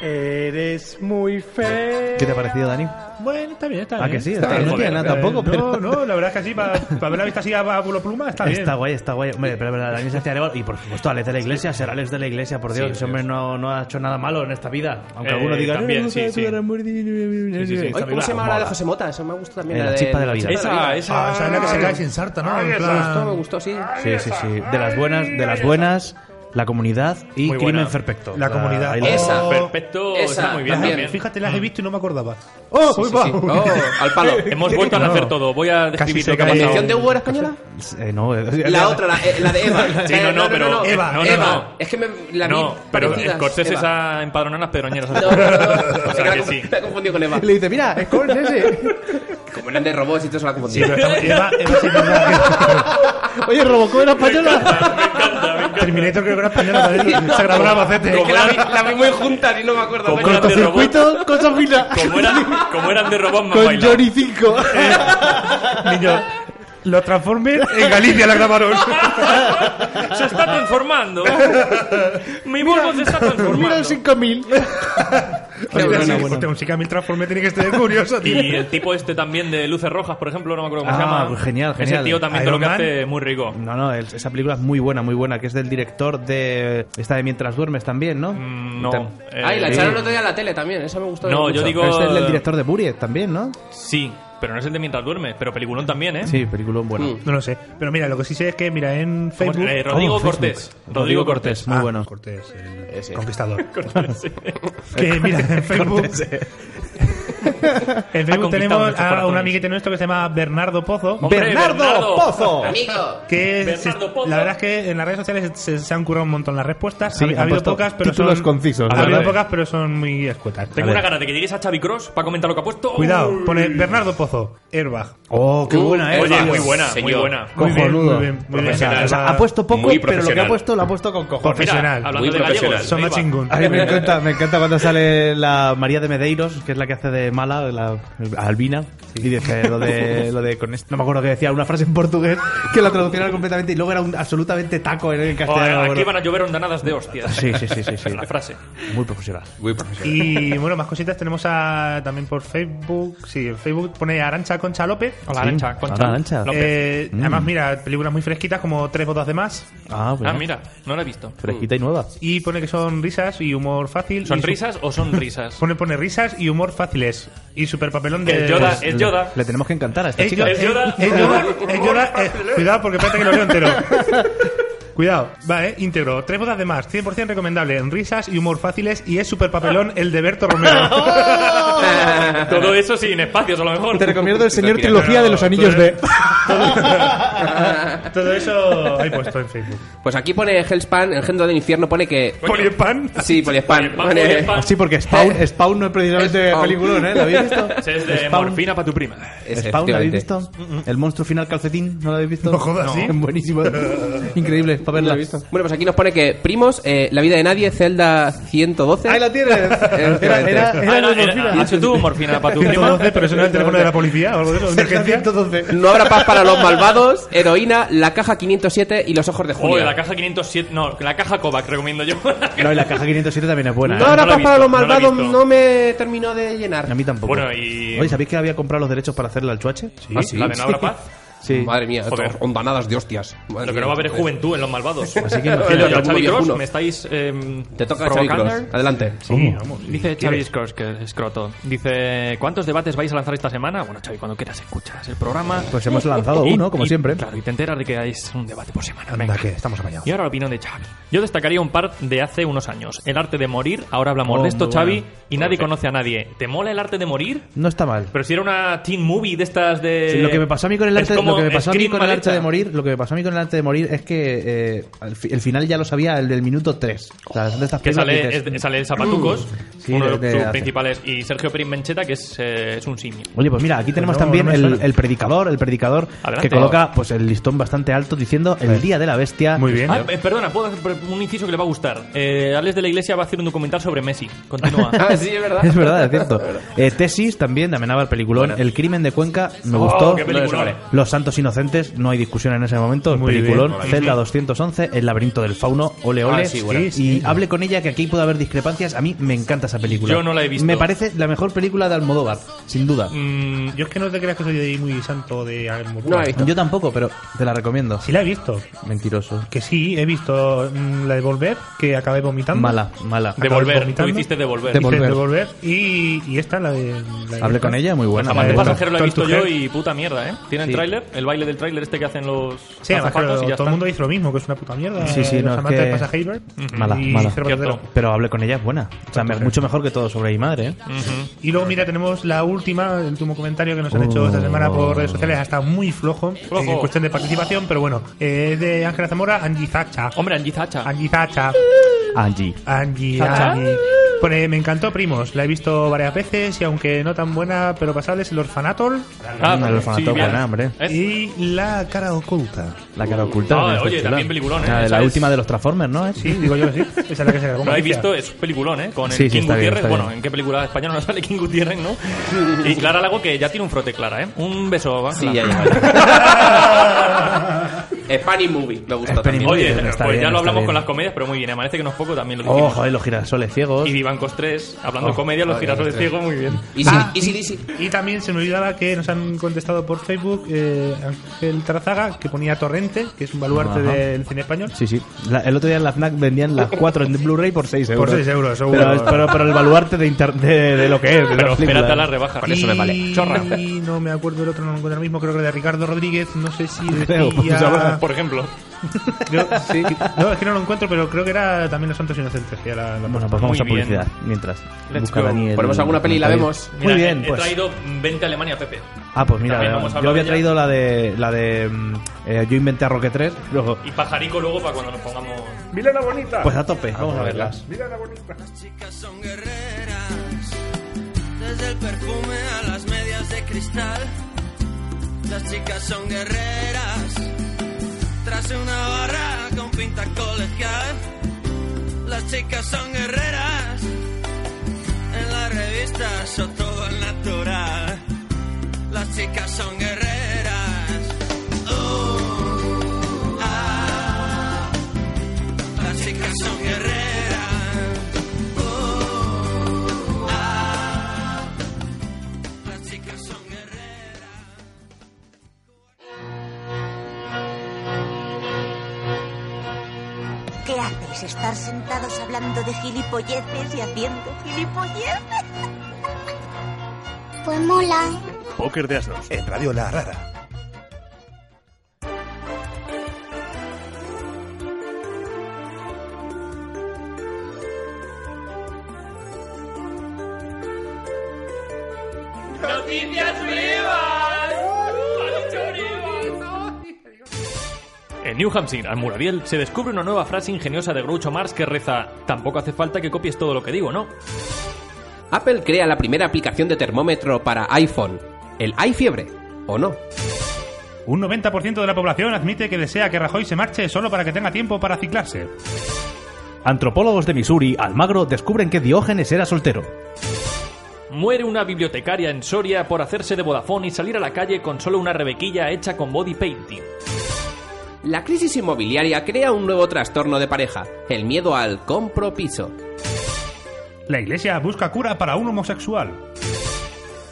Eh, Eres muy feo. ¿Qué te ha parecido, Dani? Bueno, está bien, está bien. ¿A Ah, que sí? Está bien, no tiene nada tampoco, No, pero- no, la verdad es que sí, para ver la vista así a Pablo Pluma está bien. Está guay, está guay. Hombre, pero, pero Dani se hacía legal. Y por supuesto, Alex de la Iglesia será Alex de la Iglesia, por Dios. Sí, ese hombre no, no ha hecho nada malo en esta vida. Aunque Eh, alguno diga. también, "Eh, sí, tú sí. eras muy di- di- di- di- Sí, sí, sí, di". está Ay, bien. ¿cómo se llama la de José? Mota, eso me gusta también. Eh, la chispa de la vida. chispa de la vida. esa- Ah, esa es la que se cae sin sarta, ¿no? En plan- esto me gustó, sí. Sí, sí, sí. De las buenas, de las buenas, la comunidad y Muy buena. crimen perfecto. La comunidad. Ah, ahí la- Esa. Perfecto, está muy bien Ajá, también. Fíjate, las he visto y no me acordaba. ¡Oh, uy, va! al palo. Hemos vuelto a nacer No. todo. Voy a Casi describir se lo que ha cae. pasado. ¿Canción de Hugo era española? Eh, no, eh, La otra, la, eh, la de Eva. Pues, Sí, no, Eh, no, pero- Eva, no, no, Eva. no. Es que me, la No, vi pero parecidas, Scorsese Eva. se ha empadronado en las pedroñeras. o sea que sí. Me ha confundido con Eva. Le dice, mira, es ese. Como eran de robots y todo se la ha Sí, confundido. pero estamos- Eva, Eva sí, Oye, Robocop era española. Terminator creo que era española también. Se grabó en Albacete. Es que la vi, la vi muy juntas y no me acuerdo. Como eran de robots, Cortocircuito, cosa fina. como eran, como eran de robots, me han Con bailado. Eh, Johnny 5. Niño, los Transformers en Galicia la grabaron. Se está transformando. Mi Volvo se está Mira el transformando. 5000. Hostia, buena, sí, buena. hostia, un chica mil Transformers tiene que estar curioso, tío. Y el tipo este también de luces rojas, por ejemplo, no me acuerdo cómo se Ah, llama. genial, genial. Ese tío también todo lo que Iron Man. hace es muy rico. No, no, el- esa película es muy buena, muy buena, que es del director de esta de Mientras duermes también, ¿no? no. Tam- Eh, Ay, la sí. echaron otro día a la tele también. Esa me gustó. No, mucho. yo digo- Pero este es del director de Buried también, ¿no? Sí, pero no es el de mientras duermes, pero peliculón también, ¿eh? Sí, película buena. Mm. No lo sé. Pero mira, lo que sí sé es que, mira, en ¿Cómo se- Facebook. eh, Rodrigo Oh, Facebook. Cortés. Rodrigo Rodrigo Cortés. Cortés. Muy Ah, bueno. Cortés, el Ese. conquistador. Sí. que mira, en Facebook. en conquistado Facebook tenemos nuestros a un corazones. amiguete nuestro que se llama Bernardo Pozo. Hombre, ¡Bernardo, Bernardo. Pozo! Amigo. Que se- Bernardo Pozo. la verdad es que en las redes sociales se, se han currado un montón las respuestas. Sí, ha, ha han habido puesto pocas, pero títulos son concisos, Ha la habido verdad. pocas, pero son muy escuetas. Tengo A ver. una gana de que llegues a Xavi Cross para comentar lo que ha puesto. Cuidado, Uy. pone Bernardo Pozo, Airbag. Oh, qué Uh, buena, eh. Oye, Airbag. muy buena, muy Señor. buena. Muy bien, Cojonudo. muy bien, muy bien. O sea, Airbag ha puesto poco, Muy pero lo que ha profesional. puesto lo ha puesto con cojones. Pues Mira, profesional. hablando Muy de ¿eh? gallegos, profesional. Son más Leiva. chingón. A mí me encanta, me encanta cuando sale la María de Medeiros, que es la que hace de mala, la albina, y dice lo de, lo de con esto. No me acuerdo que decía una frase en portugués que la traducieron completamente y luego era un absolutamente taco en el Joder, castellano. aquí bueno. van a llover ondanadas de hostias. este Sí, sí, sí, sí, sí. La frase. Muy profesional. Muy profesional. Y bueno, más cositas tenemos a, también por Facebook. Sí, en Facebook pone Arancha Concha López. Hola, Sí, Arancha, Concha. hola, Arancha. López. Eh, Mm. Además, mira, películas muy fresquitas como Tres bodas de más. Ah, bueno. Ah, mira, no la he visto. Fresquita y nueva. Y pone que son risas y humor fácil. y ¿Son su- risas o son risas? Pone, pone risas y humor fáciles. Y super papelón de. Es Yoda, es Yoda. Pues Le tenemos que encantar a esta Es chica. Yoda, Es Yoda. es Yoda, es Yoda, eh, cuidado, porque espérate que lo leo entero. Cuidado, vale, íntegro. Tres bodas de más, 100% recomendable. En risas y humor fáciles. Y es super papelón el de Berto Romero. ¡Oh! Todo eso sin espacios, a lo mejor. Te recomiendo el señor Mira, trilogía de los anillos de. Todo eso hay puesto en Facebook. Pues aquí pone Hellspan, el género del infierno, pone que. Poliespan. Sí, Poliespan. Poliespan, Pone- poliespan. Sí, porque Spawn, Spawn no es precisamente Eh, Spawn. peliculón, ¿eh? ¿Lo habéis visto? Ese es de Spawn. morfina para tu prima. Ese, Spawn, ¿la habéis efectivamente. visto? El monstruo final calcetín, ¿no lo habéis visto? No jodas, ¿sí? Buenísimo. Increíble, para verla. Bueno, pues aquí nos pone que Primos, eh, La vida de nadie, Zelda 112. Ahí la tienes. Era, era, era Ah, de era- era- morfina. ¿Has hecho tú morfina para tu prima? 112, pero eso no es el teléfono de la policía o algo de eso, de emergencia. 112. No habrá paz para los malvados, heroína, la caja 507 y los ojos de Julia. Joder, la caja 507. No, la caja Kovac recomiendo yo. No, y la caja 507 también es buena. No, ¿eh? ahora la he para visto, los no la he malvados visto. no me terminó de llenar. A mí tampoco. Bueno, y- Ah, Oye, ¿sabéis que había comprado los derechos para hacerla al chuache? ¿Sí? ¿La de No habrá paz? Sí. Madre mía, Joder. esto- hondanadas de hostias. Madre Lo que mía, no va a haber es joder. juventud en los malvados. Así que Yo, imagínate, yo, Xavi algún Cross, viejuno. me estáis. em, Te toca Xavi provocando. Cross. Adelante. Sí, vamos, si Dice Xavi quieres. Cross, que es escroto. Dice: ¿Cuántos debates vais a lanzar esta semana? Bueno, Xavi, cuando quieras escuchas el programa. Pues hemos lanzado Y- uno, como y, siempre. Claro, y te enteras de que es un debate por semana. Anda, Venga. que estamos apañados. Y ahora la opinión de Xavi. Yo destacaría un par de hace unos años. El arte de morir. Ahora hablamos Oh, de esto, muy Xavi, bueno. y nadie conoce a nadie. ¿Te mola el arte de morir? No está mal. Pero si era una teen movie de estas de. Sí, lo que me pasó a mí con el Eh, Es arte, como lo que me pasó a mí Scream con mal el arte de hecha. morir, lo que me pasó a mí con el arte de morir es que eh, al fi- el final ya lo sabía el del minuto 3. O sea, son de estas Oh, Que películas sale, dices, es- sale el Zapatucos, Sí, uno de, de- de sus hace- principales, y Sergio Pérez Mencheta, que es, eh, es un simio. Oye, pues mira, aquí tenemos Pues no, también no me el, suena. el predicador, el predicador Adelante. que coloca pues el listón bastante alto diciendo el día de la bestia. Muy Ah, eh, perdona, puedo hacer un inciso que le va a gustar. Eh, Alex de la Iglesia va a hacer un documental sobre Messi. Continúa. Ah, Es verdad, es cierto. Eh, tesis también de Amenábar Peliculón. El crimen de Cuenca me Oh, gustó. qué peliculón. Los Santos Inocentes, no hay discusión en ese momento. Muy peliculón. bien. Celda 211, El Laberinto del Fauno, Ole Ole. Ah, sí, bueno. y hable con ella que aquí puede haber discrepancias. A mí me encanta esa película. Yo no la he visto. Me parece la mejor película de Almodóvar, sin duda. Mm, Yo es que no te creas que soy muy santo de Almodóvar. Yo tampoco, pero te la recomiendo. Sí la he visto. Mentiroso. Que sí, he visto mm, la de Volver, que acabé vomitando. Mala, mala. Acabé Devolver, vomitando. tú hiciste Devolver. Hice Devolver. Devolver. Y, y esta, la de... la de- Hablé con ella, muy buena. Los amantes Eh, Pues pasajeros lo he Talk visto to yo Her. y puta mierda, ¿eh? Tienen Sí. tráiler, el baile del tráiler este que hacen los Sí, además, claro, azafatos y ya todo está. el mundo dice lo mismo, que es una puta Eh, mierda. Eh, Sí, sí, los no, es amantes que- de Passageiro y Mala, mala. Cerro Portero. Pero hablé con ella, es buena. O sea, me- mucho mejor que todo sobre mi madre, ¿eh? Y luego, mira, tenemos la última, el último comentario que nos han hecho esta semana por Oh. redes sociales. Ha estado muy flojo, eh, Flojo. en cuestión de participación, pero bueno, eh, es de Ángela Zamora, Angie Zacha. Hombre, Angie Zacha. Angie Zacha. Angie. Angie, Zacha. Angie. Pone, me encantó Primos, la he visto varias veces y aunque no tan buena, pero pasable es el Orfanatol. Ah, El Orfanato, sí, bien. ¿Eh? buena, hombre. Y la cara oculta. La cara oculta. Ah, también es oye, peliculón. también peliculón, ¿eh? La, de Esa la es- última de los Transformers, ¿no? ¿Eh? Sí, digo yo sí. Esa es la que se Lo habéis visto, es un peliculón, ¿eh? Con el Sí, sí, King está bien, Gutiérrez. está bien. bueno, ¿en qué película española no sale King Gutiérrez, no? Y Clara Lago, que ya tiene un frote, Clara, ¿eh? Un beso, Ángela. Sí, ya, ya. Spanish Movie, me gusta también. Oye, Está pues bien, ya está lo hablamos bien. con las comedias, pero muy bien. Amanece que no es poco también lo Oh, dijimos. joder, los girasoles ciegos. y Vivancos 3, hablando de Oh, comedia, los joder, girasoles tres. ciegos, muy bien. Ah, y también se me olvidaba que nos han contestado por Facebook eh, Ángel Tarzaga, que ponía Torrente, que es un baluarte Ajá. del cine español. Sí, sí. La- el otro día en la FNAC vendían las 4 en Blu-ray por 6 euros. Por 6 euros, seguro. Pero, pero, pero el baluarte de, inter- de, de lo que es. de Pero las espérate películas. a la rebaja. Con eso me vale. Y Chorra. no me acuerdo el otro, no lo encuentro ahora mismo, creo que de Ricardo Rodríguez, no sé si Creo, decía... Por ejemplo. Creo- sí, no, es que no lo encuentro, pero creo que era también Los Santos Inocentes. que era la- Bueno, pues vamos Muy a publicidad bien. mientras. Let's Busca go. Daniel Ponemos alguna peli y la comentario. vemos. Mira, Muy bien, he, pues. he traído 20 a Alemania, Pepe. Ah, pues mira, También vamos a yo hablar había ya. traído la de la de mm, eh, Yo inventé a Roque 3, luego Y Ah, pajarico luego para cuando nos pongamos. Mira la bonita. Pues a tope, vamos a verlas. Mira la bonita. Las chicas son guerreras, desde el perfume a las medias de cristal. Las chicas son guerreras, tras una barra con pinta colegial. Las chicas son guerreras, en las revistas son todo al natural. Las chicas son guerreras. Oh, ah, las chicas son guerreras. Oh, ah, las chicas son guerreras. ¿Qué haces? ¿Estar sentados hablando de gilipolleces y haciendo gilipolleces? Pues mola. Póker de Asnos. En Radio La Rara. Noticias vivas. En New Hampshire, al Muradiel, se descubre una nueva frase ingeniosa de Groucho Marx que reza: Tampoco hace falta que copies todo lo que digo, ¿no? Apple crea la primera aplicación de termómetro para iPhone. ¿El hay fiebre o no? Un 90% de la población admite que desea que Rajoy se marche solo para que tenga tiempo para ciclarse. Antropólogos de Missouri, Almagro, descubren que Diógenes era soltero. Muere una bibliotecaria en Soria por hacerse de Vodafone y salir a la calle con solo una rebequilla hecha con body painting. La crisis inmobiliaria crea un nuevo trastorno de pareja, el miedo al compro piso. La iglesia busca cura para un homosexual.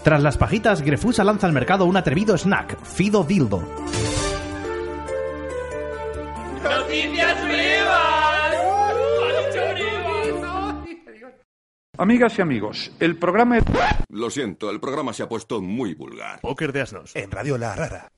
Tras las pajitas, Grefusa lanza al mercado un atrevido snack, Fido Dildo. ¡Noticias vivas! Amigas y amigos, el programa es... Lo siento, el programa se ha puesto muy vulgar. Póker de Asnos. En Radio La Rara.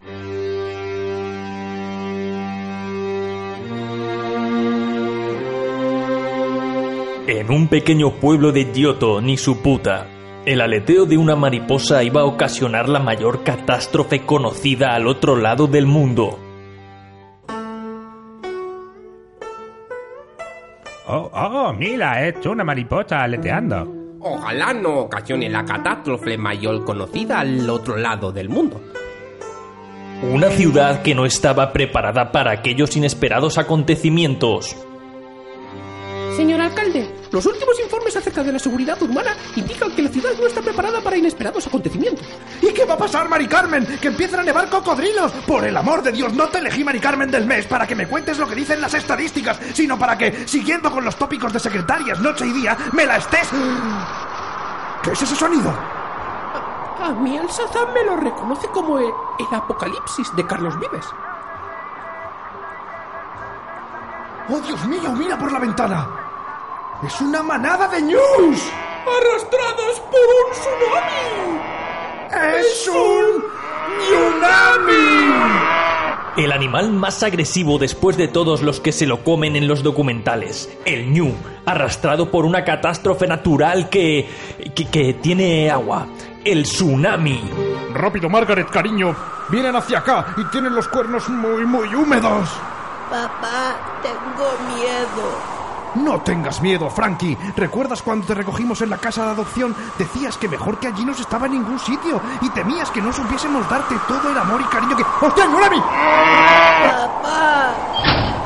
En un pequeño pueblo de Giotto, ni su puta, el aleteo de una mariposa iba a ocasionar la mayor catástrofe conocida al otro lado del mundo. Oh, oh, mira, he hecho una mariposa aleteando. Ojalá no ocasione la catástrofe mayor conocida al otro lado del mundo. Una ciudad que no estaba preparada para aquellos inesperados acontecimientos. Señor alcalde, Los últimos informes acerca de la seguridad urbana indican que la ciudad no está preparada para inesperados acontecimientos. ¿Y qué va a pasar, Mari Carmen? ¡Que empiezan a nevar cocodrilos! Por el amor de Dios, no te elegí, Mari Carmen, del mes para que me cuentes lo que dicen las estadísticas, sino para que, siguiendo con los tópicos de secretarias noche y día, me la estés. ¿Qué es ese sonido? A mí el Sazán Ah, me lo reconoce como el, el apocalipsis de Carlos Vives. ¡Oh, Dios mío! ¡Mira por la ventana! ¡Es una manada de news! ¡Arrastrados por un tsunami! ¡Es un tsunami! El animal más agresivo después de todos los que se lo comen en los documentales, el ñu, arrastrado por una catástrofe natural que, que, que tiene agua, el tsunami. Rápido, Margaret, cariño. Vienen hacia acá y tienen los cuernos muy, muy húmedos. Papá, tengo miedo. No tengas miedo, Frankie. ¿Recuerdas cuando te recogimos en la casa de adopción? Decías que mejor que allí no se estaba en ningún sitio y temías que no supiésemos darte todo el amor y cariño que... ¡Hostia, el Yunami! Ah. Papá.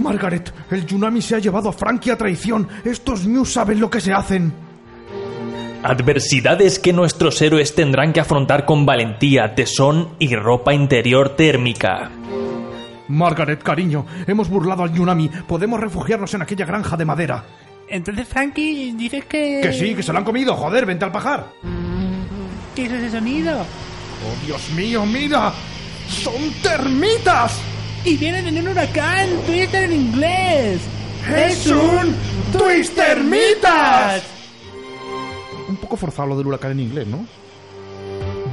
Margaret, el Yunami se ha llevado a Frankie a traición. Estos news saben lo que se hacen. Adversidades que nuestros héroes tendrán que afrontar con valentía, tesón y ropa interior térmica. Margaret, cariño, hemos burlado al Yunami. Podemos refugiarnos en aquella granja de madera. Entonces, Frankie, dices que. Que sí, que se lo han comido. Joder, vente al pajar. Mm. ¿Qué es ese sonido? ¡Oh, Dios mío, mira! ¡Son termitas! Y vienen en un huracán, Twitter en inglés. ¡Es un Twistermitas! Un poco forzado lo del huracán en inglés, ¿no?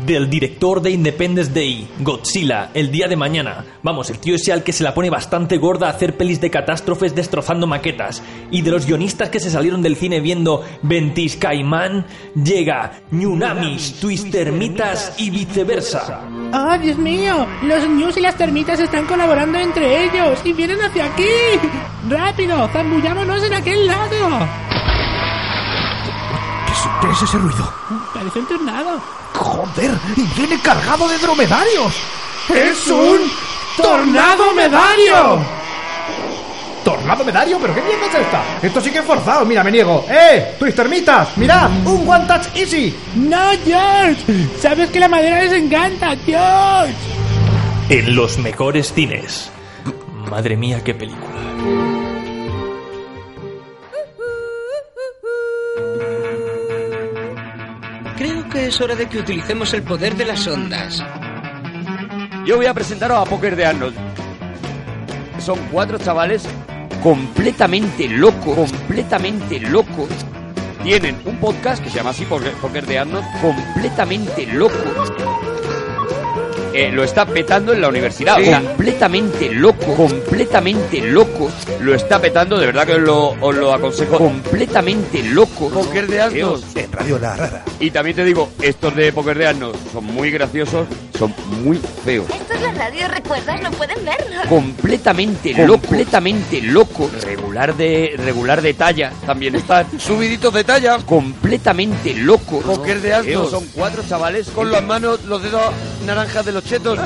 Del director de Independence Day, Godzilla, el día de mañana. Vamos, el tío ese al que se la pone bastante gorda a hacer pelis de catástrofes destrozando maquetas. Y de los guionistas que se salieron del cine viendo Ventis Caimán, llega Ñunamis, Twistermitas y viceversa. ¡Ah, Dios mío! Los news y las termitas están colaborando entre ellos y vienen hacia aquí. ¡Rápido! ¡Zambullámonos en aquel lado! ¿Qué es, qué es ese ruido? Parece un tornado. ¡Joder! ¡Y viene cargado de dromedarios! ¡Es un tornado medario! ¿Tornado medario? ¿Pero qué mierda es esta? Esto sí que es forzado, mira, me niego. ¡Eh! ¡Twistermitas! ¡Mirad! ¡Un One Touch Easy! ¡No, George! ¡Sabes que la madera les encanta, George! En los mejores cines. Madre mía, qué película. Creo que es hora de que utilicemos el poder de las ondas. Yo voy a presentaros a Poker de Arnold. Son cuatro chavales completamente locos, completamente locos. Tienen un podcast que se llama así Poker Poker de Arnold, completamente locos. Eh, lo está petando en la universidad. Completamente loco, completamente loco. Lo está petando, de verdad que os lo, os lo aconsejo. Completamente loco. Poker de Arnold. En Radio La Rara. Y también te digo, estos de Poker de Arnold son muy graciosos, son muy feos. Esto es la radio, ¿recuerdas? No pueden vernos. completamente loco, completamente loco, regular de regular de talla también está subiditos de talla, completamente loco, Poker de alto. Ellos son cuatro chavales con las manos, los dedos naranjas de los chetos,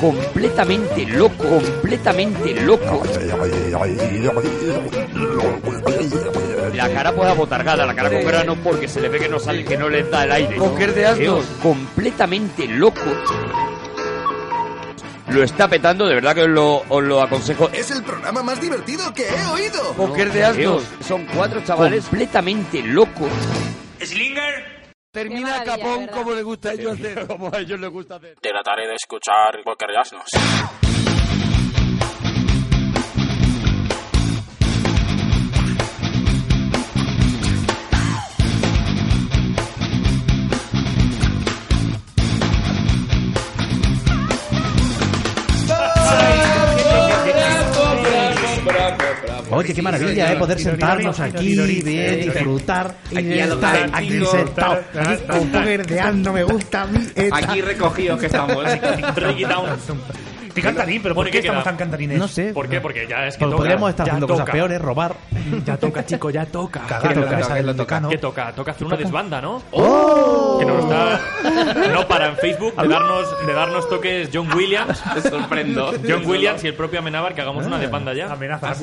completamente loco, completamente loco. La cara pues abotargada, la cara con grano porque se le ve que no sale, que no le da el aire. Cocker de asnos. Completamente loco. Lo está petando, de verdad que os lo, os lo aconsejo. Es el programa más divertido que he oído. Cocker de asnos. Son cuatro chavales completamente locos. Slinger. Termina Capón como le gusta a ellos hacer. Como a ellos les gusta hacer. Trataré de escuchar Cocker de asnos. Oye, qué maravilla, ¿eh? Poder sentarnos aquí, bien, disfrutar. y Aquí a lo estar bien, aquí chicos. sentado. Aquí con Poker de Asno me gusta a mí. esta- Aquí recogidos que estamos. Qué cantarín, pero ¿por qué estamos tan cantarines? No sé. ¿Por qué? Porque ya es Pues podríamos estar ya haciendo toca. cosas peores, robar. Ya toca, chico, ya toca. Cagar en la cabeza del decano. ¿Qué toca? Toca hacer una Toca. desbanda, ¿no? Que nos está... No para en Facebook de darnos, de darnos toques John Williams. Te sorprendo. John Williams y el propio Amenábar que hagamos una desbanda ya. Amenaza.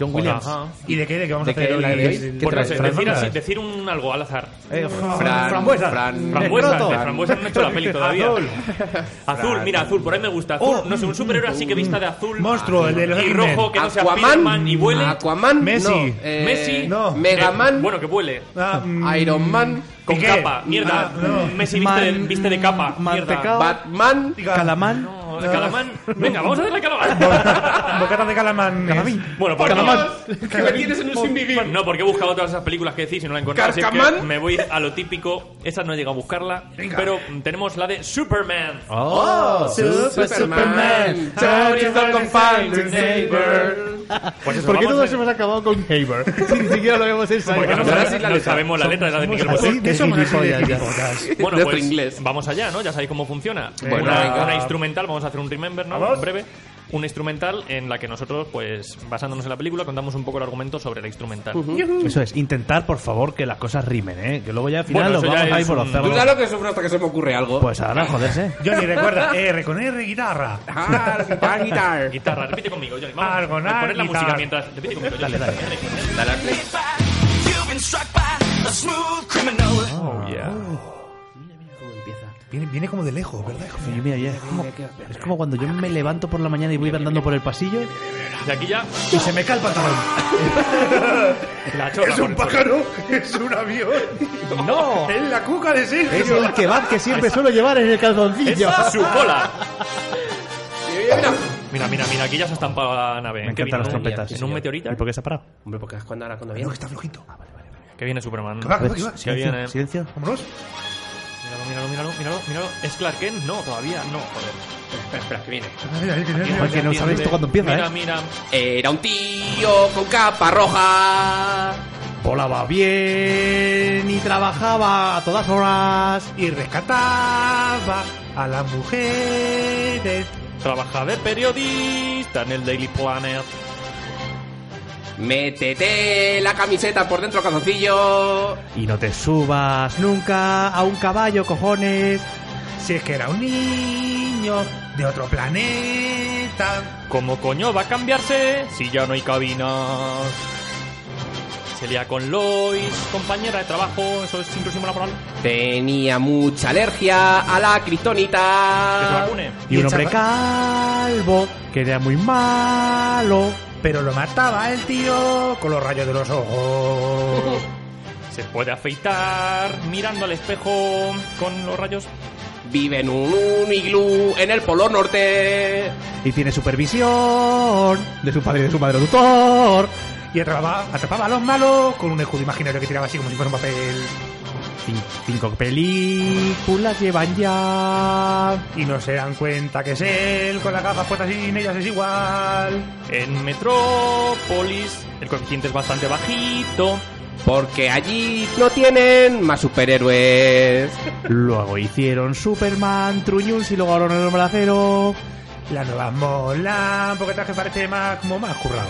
John Williams. Ajá. ¿Y de qué? ¿De qué vamos ¿De a hacer? qué? la ¿De de- qué? de- Pues no de- sé, de- decir, así, de- decir un algo al azar. Eh, Fran- frambuesa. Fran, Fran- frambuesa. Escroto. de frambuesa no he hecho la peli todavía. Azul. Azul, mira, azul, por ahí me gusta. Azul, no sé, un superhéroe así que vista de azul. Oh. Monstruo, el de los Y X-Men. rojo que no sea Aquaman. Spiderman y huele. Aquaman, Messi. no. Eh, Messi. No. Ah, mm, Megaman. Bueno, que huele. Iron Man. Con Piqué. capa. Mierda. Ah, Messi viste, de, viste de capa. Mierda. Batman. Calamán. No, de Calamán. Venga, vamos a hacer la calamán. Bocata de calamán. Bueno, pues por Calamán. favor. Que me tienes en un sin vivir. No, porque he buscado todas esas películas que decís y no la he encontrado. así es que Carcamán. me voy a lo típico. Esa no he llegado a buscarla. Pero tenemos la de Superman. Oh, Super- Superman. Pues ¿Por qué vamos todos hemos acabado con Haber? Si ni siquiera lo hemos hecho. Porque no, no sabemos la letra de la de Miguel Bosé. Bueno, Nuestro pues inglés. vamos allá, ¿no? Ya sabéis cómo funciona. Bueno, una, venga. una instrumental, vamos a hacer un remember, ¿no? En breve. Una instrumental en la que nosotros, pues, basándonos en la película, contamos un poco el argumento sobre la instrumental. Eso es, intentar por favor que las cosas rimen, ¿eh? Que luego ya al final Bueno, los eso ya vamos a ir es por los un- cerros. Dúdalo que sufro hasta que se me ocurre algo. Pues ahora, joderse. Johnny, recuerda, R con R, guitarra. Ah, guitarra. Guitarra. repite conmigo, Johnny. Vamos a Argonar, poner la guitarra. música mientras. Repite conmigo, Johnny. Dale, dale. Dale al play. Oh, Viene, viene como de lejos, ¿verdad? Mira, mira, ya es, como, es como cuando yo me levanto por la mañana y voy andando por el pasillo De aquí ya. y se me cae el pantalón. La chorra Es por un el pájaro, es un avión. ¡No! Es la cuca de Sergio. Es el kebab que siempre suelo llevar en el calzoncillo. Es su cola. Mira, mira, mira, aquí ya se ha estampado la nave. Me ¿Qué encantan viene? las trompetas. ¿En un meteorito? Ah, ¿Y por qué se ha parado? Hombre, porque es cuando ahora cuando viene. que está flojito. Que viene Superman. Que va, que va, que va. Que Pues Silencio, viene. silencio. Vámonos. Míralo, míralo, míralo, míralo, míralo. ¿Es Clark Kent? No, todavía no, joder. Espera, espera, que viene. Ay, que no sabéis esto cuando empieza, Mira, ¿eh? mira. Era un tío con capa roja. Volaba bien y trabajaba a todas horas. Y rescataba a las mujeres. Trabaja de periodista en el Daily Planet. Métete la camiseta por dentro, calzoncillo. Y no te subas nunca a un caballo, cojones. Si es que era un niño de otro planeta. ¿Cómo coño va a cambiarse si ya no hay cabinas? Se lía con Lois, compañera de trabajo, eso es inclusión laboral. Tenía mucha alergia a la Que se criptonita. vacune. Y un hombre calvo que era muy malo. Pero lo mataba el tío con los rayos de los ojos. Se puede afeitar mirando al espejo con los rayos. Vive en un, un iglú en el Polo Norte. Y tiene supervisión de su padre y de su madre tutor. Y atrapaba, atrapaba a los malos con un escudo imaginario que tiraba así como si fuera un papel. Cin- Cinco películas llevan ya. Y no se dan cuenta que es él con las gafas puestas y sin ellas es igual. En Metrópolis el coeficiente es bastante bajito. Porque allí no tienen más superhéroes. Luego hicieron Superman, Truñuns y luego ahora el hombre de acero. La nueva mola, porque traje parece más como más currado.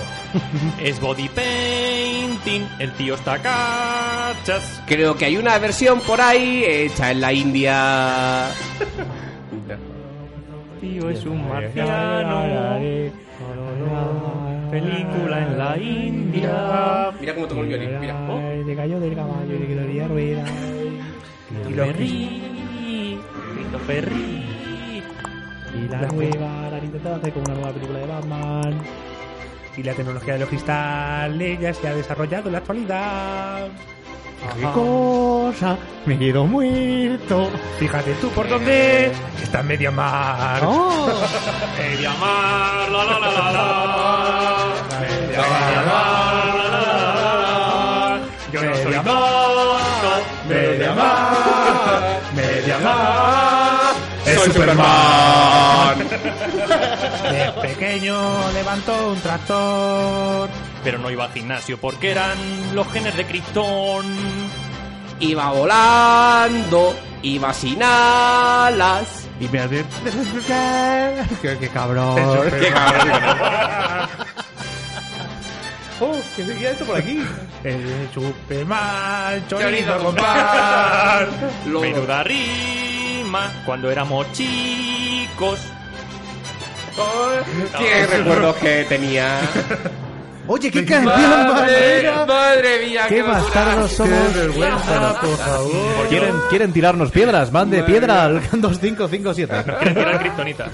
Es body painting. El tío está cachas. Creo que hay una versión por ahí hecha en la India. El tío es un marciano. película en la India. Mira cómo toca el violín, mira. Ay, De gallo del caballo y de gloria rueda. Y los Ferri, Cristo Ferri. Y la Las- nueva, la han intentado hacer como una nueva película de Batman. Y la tecnología de los cristales ya se ha desarrollado en la actualidad. ¡Qué Ajá. cosa! Me quedo muerto. Fíjate tú por dónde está media mar. Oh. Media mar, la la la la la. Media mar, la la la la la. Yo no soy Ah. tonto. Media mar, media mar. Es Superman. De pequeño levantó un tractor. Pero no iba al gimnasio porque eran los genes de Cristón. Iba volando, iba sin alas. Y me ¡Qué, qué cabrón! Qué cabrón. ¡Oh! ¿Qué se queda esto por aquí? El Superman, chorizo con pan. Lo- Menuda rima cuando éramos chicos. Qué recuerdos que tenía. Oye, qué Madre, canción maravilla. madre mía, Qué qué basura. bastardos somos. Qué vergüenza, por favor. Quieren, quieren tirarnos piedras, mande piedra al 2557. Era Kryptonita.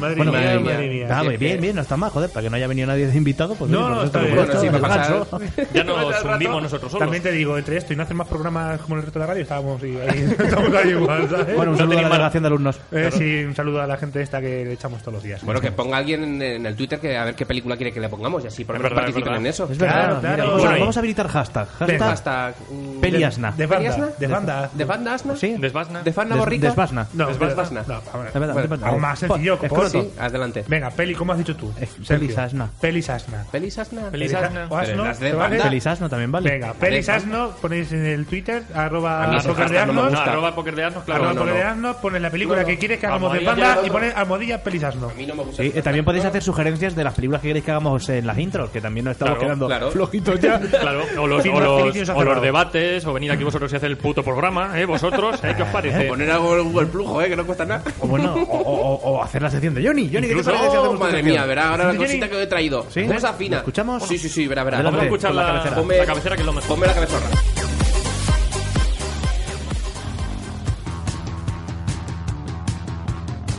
Madre Bueno, mía, bien, madre mía. Está muy bien, bien, no está mal, joder, para que no haya venido nadie de invitado, pues No, oye, no, por esto, está bien. por Bueno, esto, sí, el para ganso. Ya nos Al rato, hundimos nosotros solos. También te digo, entre esto y no hacer más programas como el resto de la radio, estábamos ahí, ahí- estamos ahí igual, ¿sabes? Bueno, un saludo a la delegación de alumnos. Eh, Sí, un saludo a la gente esta que le echamos todos los días. Bueno, que ponga alguien en, en el Twitter que a ver qué película quiere que le pongamos y así por lo Es menos verdad, es participen verdad. en eso. Es verdad, Claro, mira, claro. vamos, a, Bueno, y- vamos a habilitar hashtag. Ven, Hashtag, hashtag, mm, Peliasna. De banda. De De banda. banda. ¿De banda asna? Sí. Desbasna. ¿De banda Des- borrica? desbasna. No, Desbasna. no, a ver, De verdad, bueno, de verdad. algo más ¿eh? sencillo, Eh, Es corto. corto. Sí, adelante. Venga, peli, ¿cómo has dicho tú? Pelis asna. Pelis asna. ¿Pelis asna? Pelis asna. O asno, Pero las de ¿te vale? banda. Pelis asno también vale. Venga, pelis asno, ponéis en el Twitter, A mí arroba ese poker de hashtag Ah, no me asno, gusta. Arroba poker de asno, claro. arroba No, no, poker de no. asno, pones la película No, no. que quieres que hagamos de Almohadilla, banda no, y no. pones almohadilla pelis asno. A mí no me gusta. Sí, eh, también podéis hacer sugerencias de las películas que queréis que hagamos en las intros, que también nos estamos Claro, quedando claro. flojitos ya. Claro, o los, Sí, o más los- felicios o hace los nada. debates, o venir aquí vosotros y hacer el puto programa, ¿eh? Vosotros, ¿eh? ¿Qué os parece? Poner algo en Google Plujo, eh, que no cuesta nada. O bueno, o, o- o- o hacer la sección de Johnny. Johnny, ¿qué te Incluso- parece si hacemos tu Oh, madre sección? mía, verá ahora la Johnny, cosita que he traído. ¿Sí? ¿Cómo se ¿Lo afina? escuchamos? Sí, sí, sí, verá, verá. Adelante, Vamos a escuchar con la la, cabecera. Ponme, La cabecera que es lo mejor. Ponme la cabezona.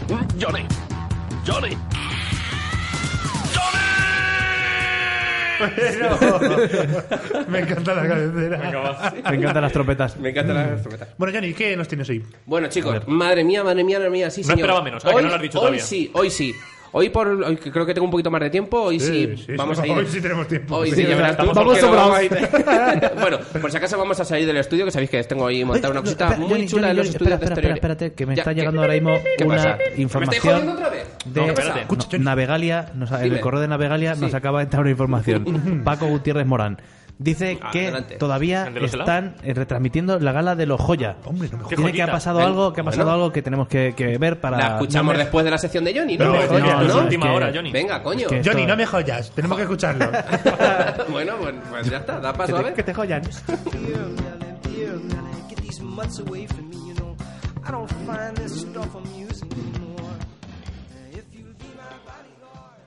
Mm, Johnny. Johnny. Me encanta la cabecera. Me encantan las trompetas. Me encantan Mm. las trompetas. Bueno, Johnny, ¿qué nos tienes hoy? Bueno, chicos, madre mía, madre mía, madre mía, sí, No señor. esperaba menos, ¿a que Hoy- no lo has dicho hoy todavía? sí, hoy sí. Hoy por hoy que creo que tengo un poquito más de tiempo, hoy sí, sí, vamos sí, a ir. hoy sí tenemos tiempo. Hoy Sí, sí, ya ya verás tú, estamos porque lo sobrados. vamos a ir- bueno, por si acaso vamos a salir del estudio, que sabéis que tengo ahí montada una Oye, cosita espera, Ah, muy Johnny, chula Johnny, en los Johnny, estudios espera, espera, de Asterix. espera, espera, que me Ya, está ¿qué- llegando ahora mismo ¿Qué una pasa? ¿Me estáis información jodiendo otra vez? de No, espérate. No, Navegalia, nos- en el correo de Navegalia nos acaba de entrar una información. Paco Gutiérrez Morán. Dice que Ah, Adelante. todavía ¿El de los están eh, retransmitiendo la gala de los Joya. Hombre, no me ¿Qué Tiene que joyita? ha pasado Ven. algo, que ha pasado Bueno. algo que tenemos que, que ver para. La escuchamos no me- después de la sección de Johnny, ¿no? No, Johnny, no, es última hora, Johnny. Venga, coño. que esto- Johnny, no me joyas, tenemos que escucharlo. bueno, pues, pues ya está, da Que paso a te, que ver. te joyan. Get these mutts away from me, you know. I don't find this stuff amusing anymore. If you be my bodyguard.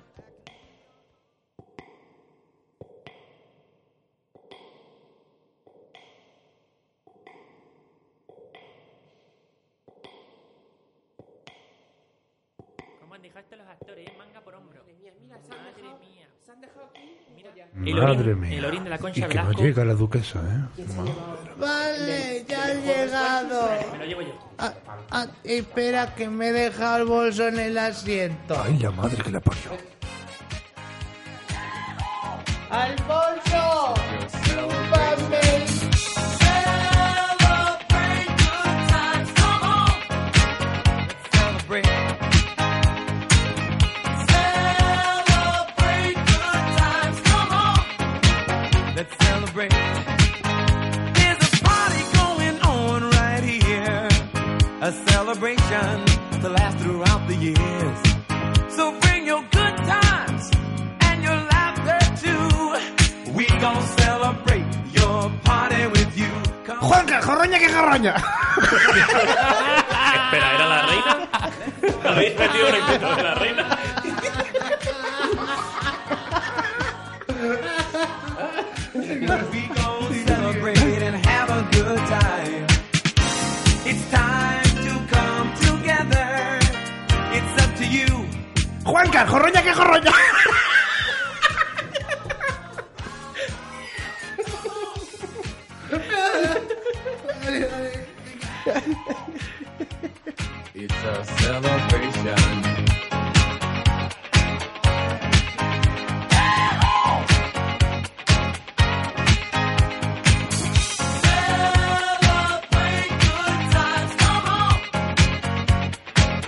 ¿Cómo han dejado esto los actores? eh? Manga por hombro. Madre mía. ¿Se han dejado aquí? Mira. Madre mía. El orín de la concha y que no Velasco. llega la duquesa, ¿eh? Vale, ya has llegado. Me lo llevo yo. Ah, ah, espera, que me he dejado el bolso en el asiento. Ay, la madre que la parió. ¡Al bolso! ¡Chúpame! Let's celebrate. There's a party going on right here. A celebration to last throughout the years. So bring your good times and your laughter too. We gon' celebrate your party with you. Juanca, jorroña que jorroña. Espera, ¿era la reina? ¿Habéis metido en el cuento de la reina? jorroña, jorroña, que jorroña. It's a celebration.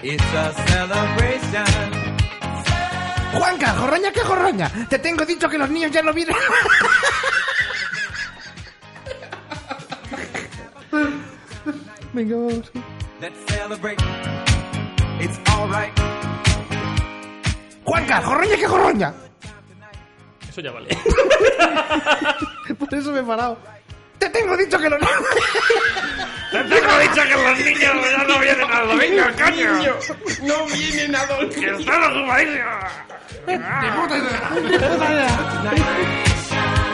It's a celebration. Juanca, jorroña, que jorroña. Te tengo dicho que los niños ya no vienen. Venga, vamos. Let's celebrate. It's alright. Juanca, jorroña, que jorroña. Eso ya vale. Por eso me he parado. Te tengo dicho que los niños. Te tengo dicho que los niños ya no vienen al domingo, coño. No vienen a dormir. Que están ocupadísimos.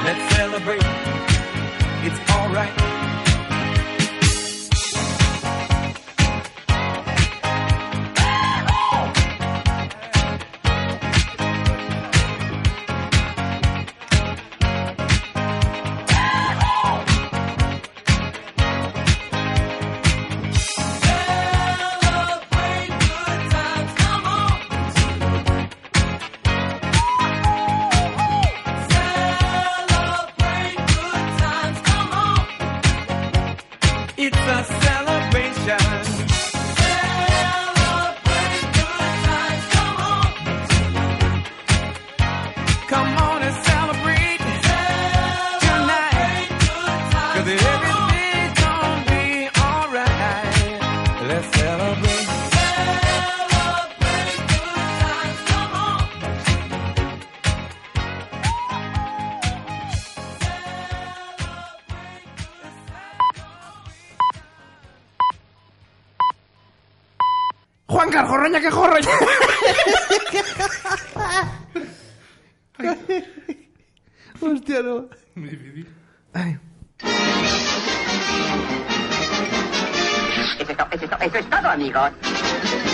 Let's celebrate. It's alright. It's a celebration. Come on and celebrate tonight. 'Cause everything's gonna be alright. Let's celebrate. Juanca, jorroña, que jorroña. Hostia, no. Muy difícil. Eso es, to- eso es todo, amigos.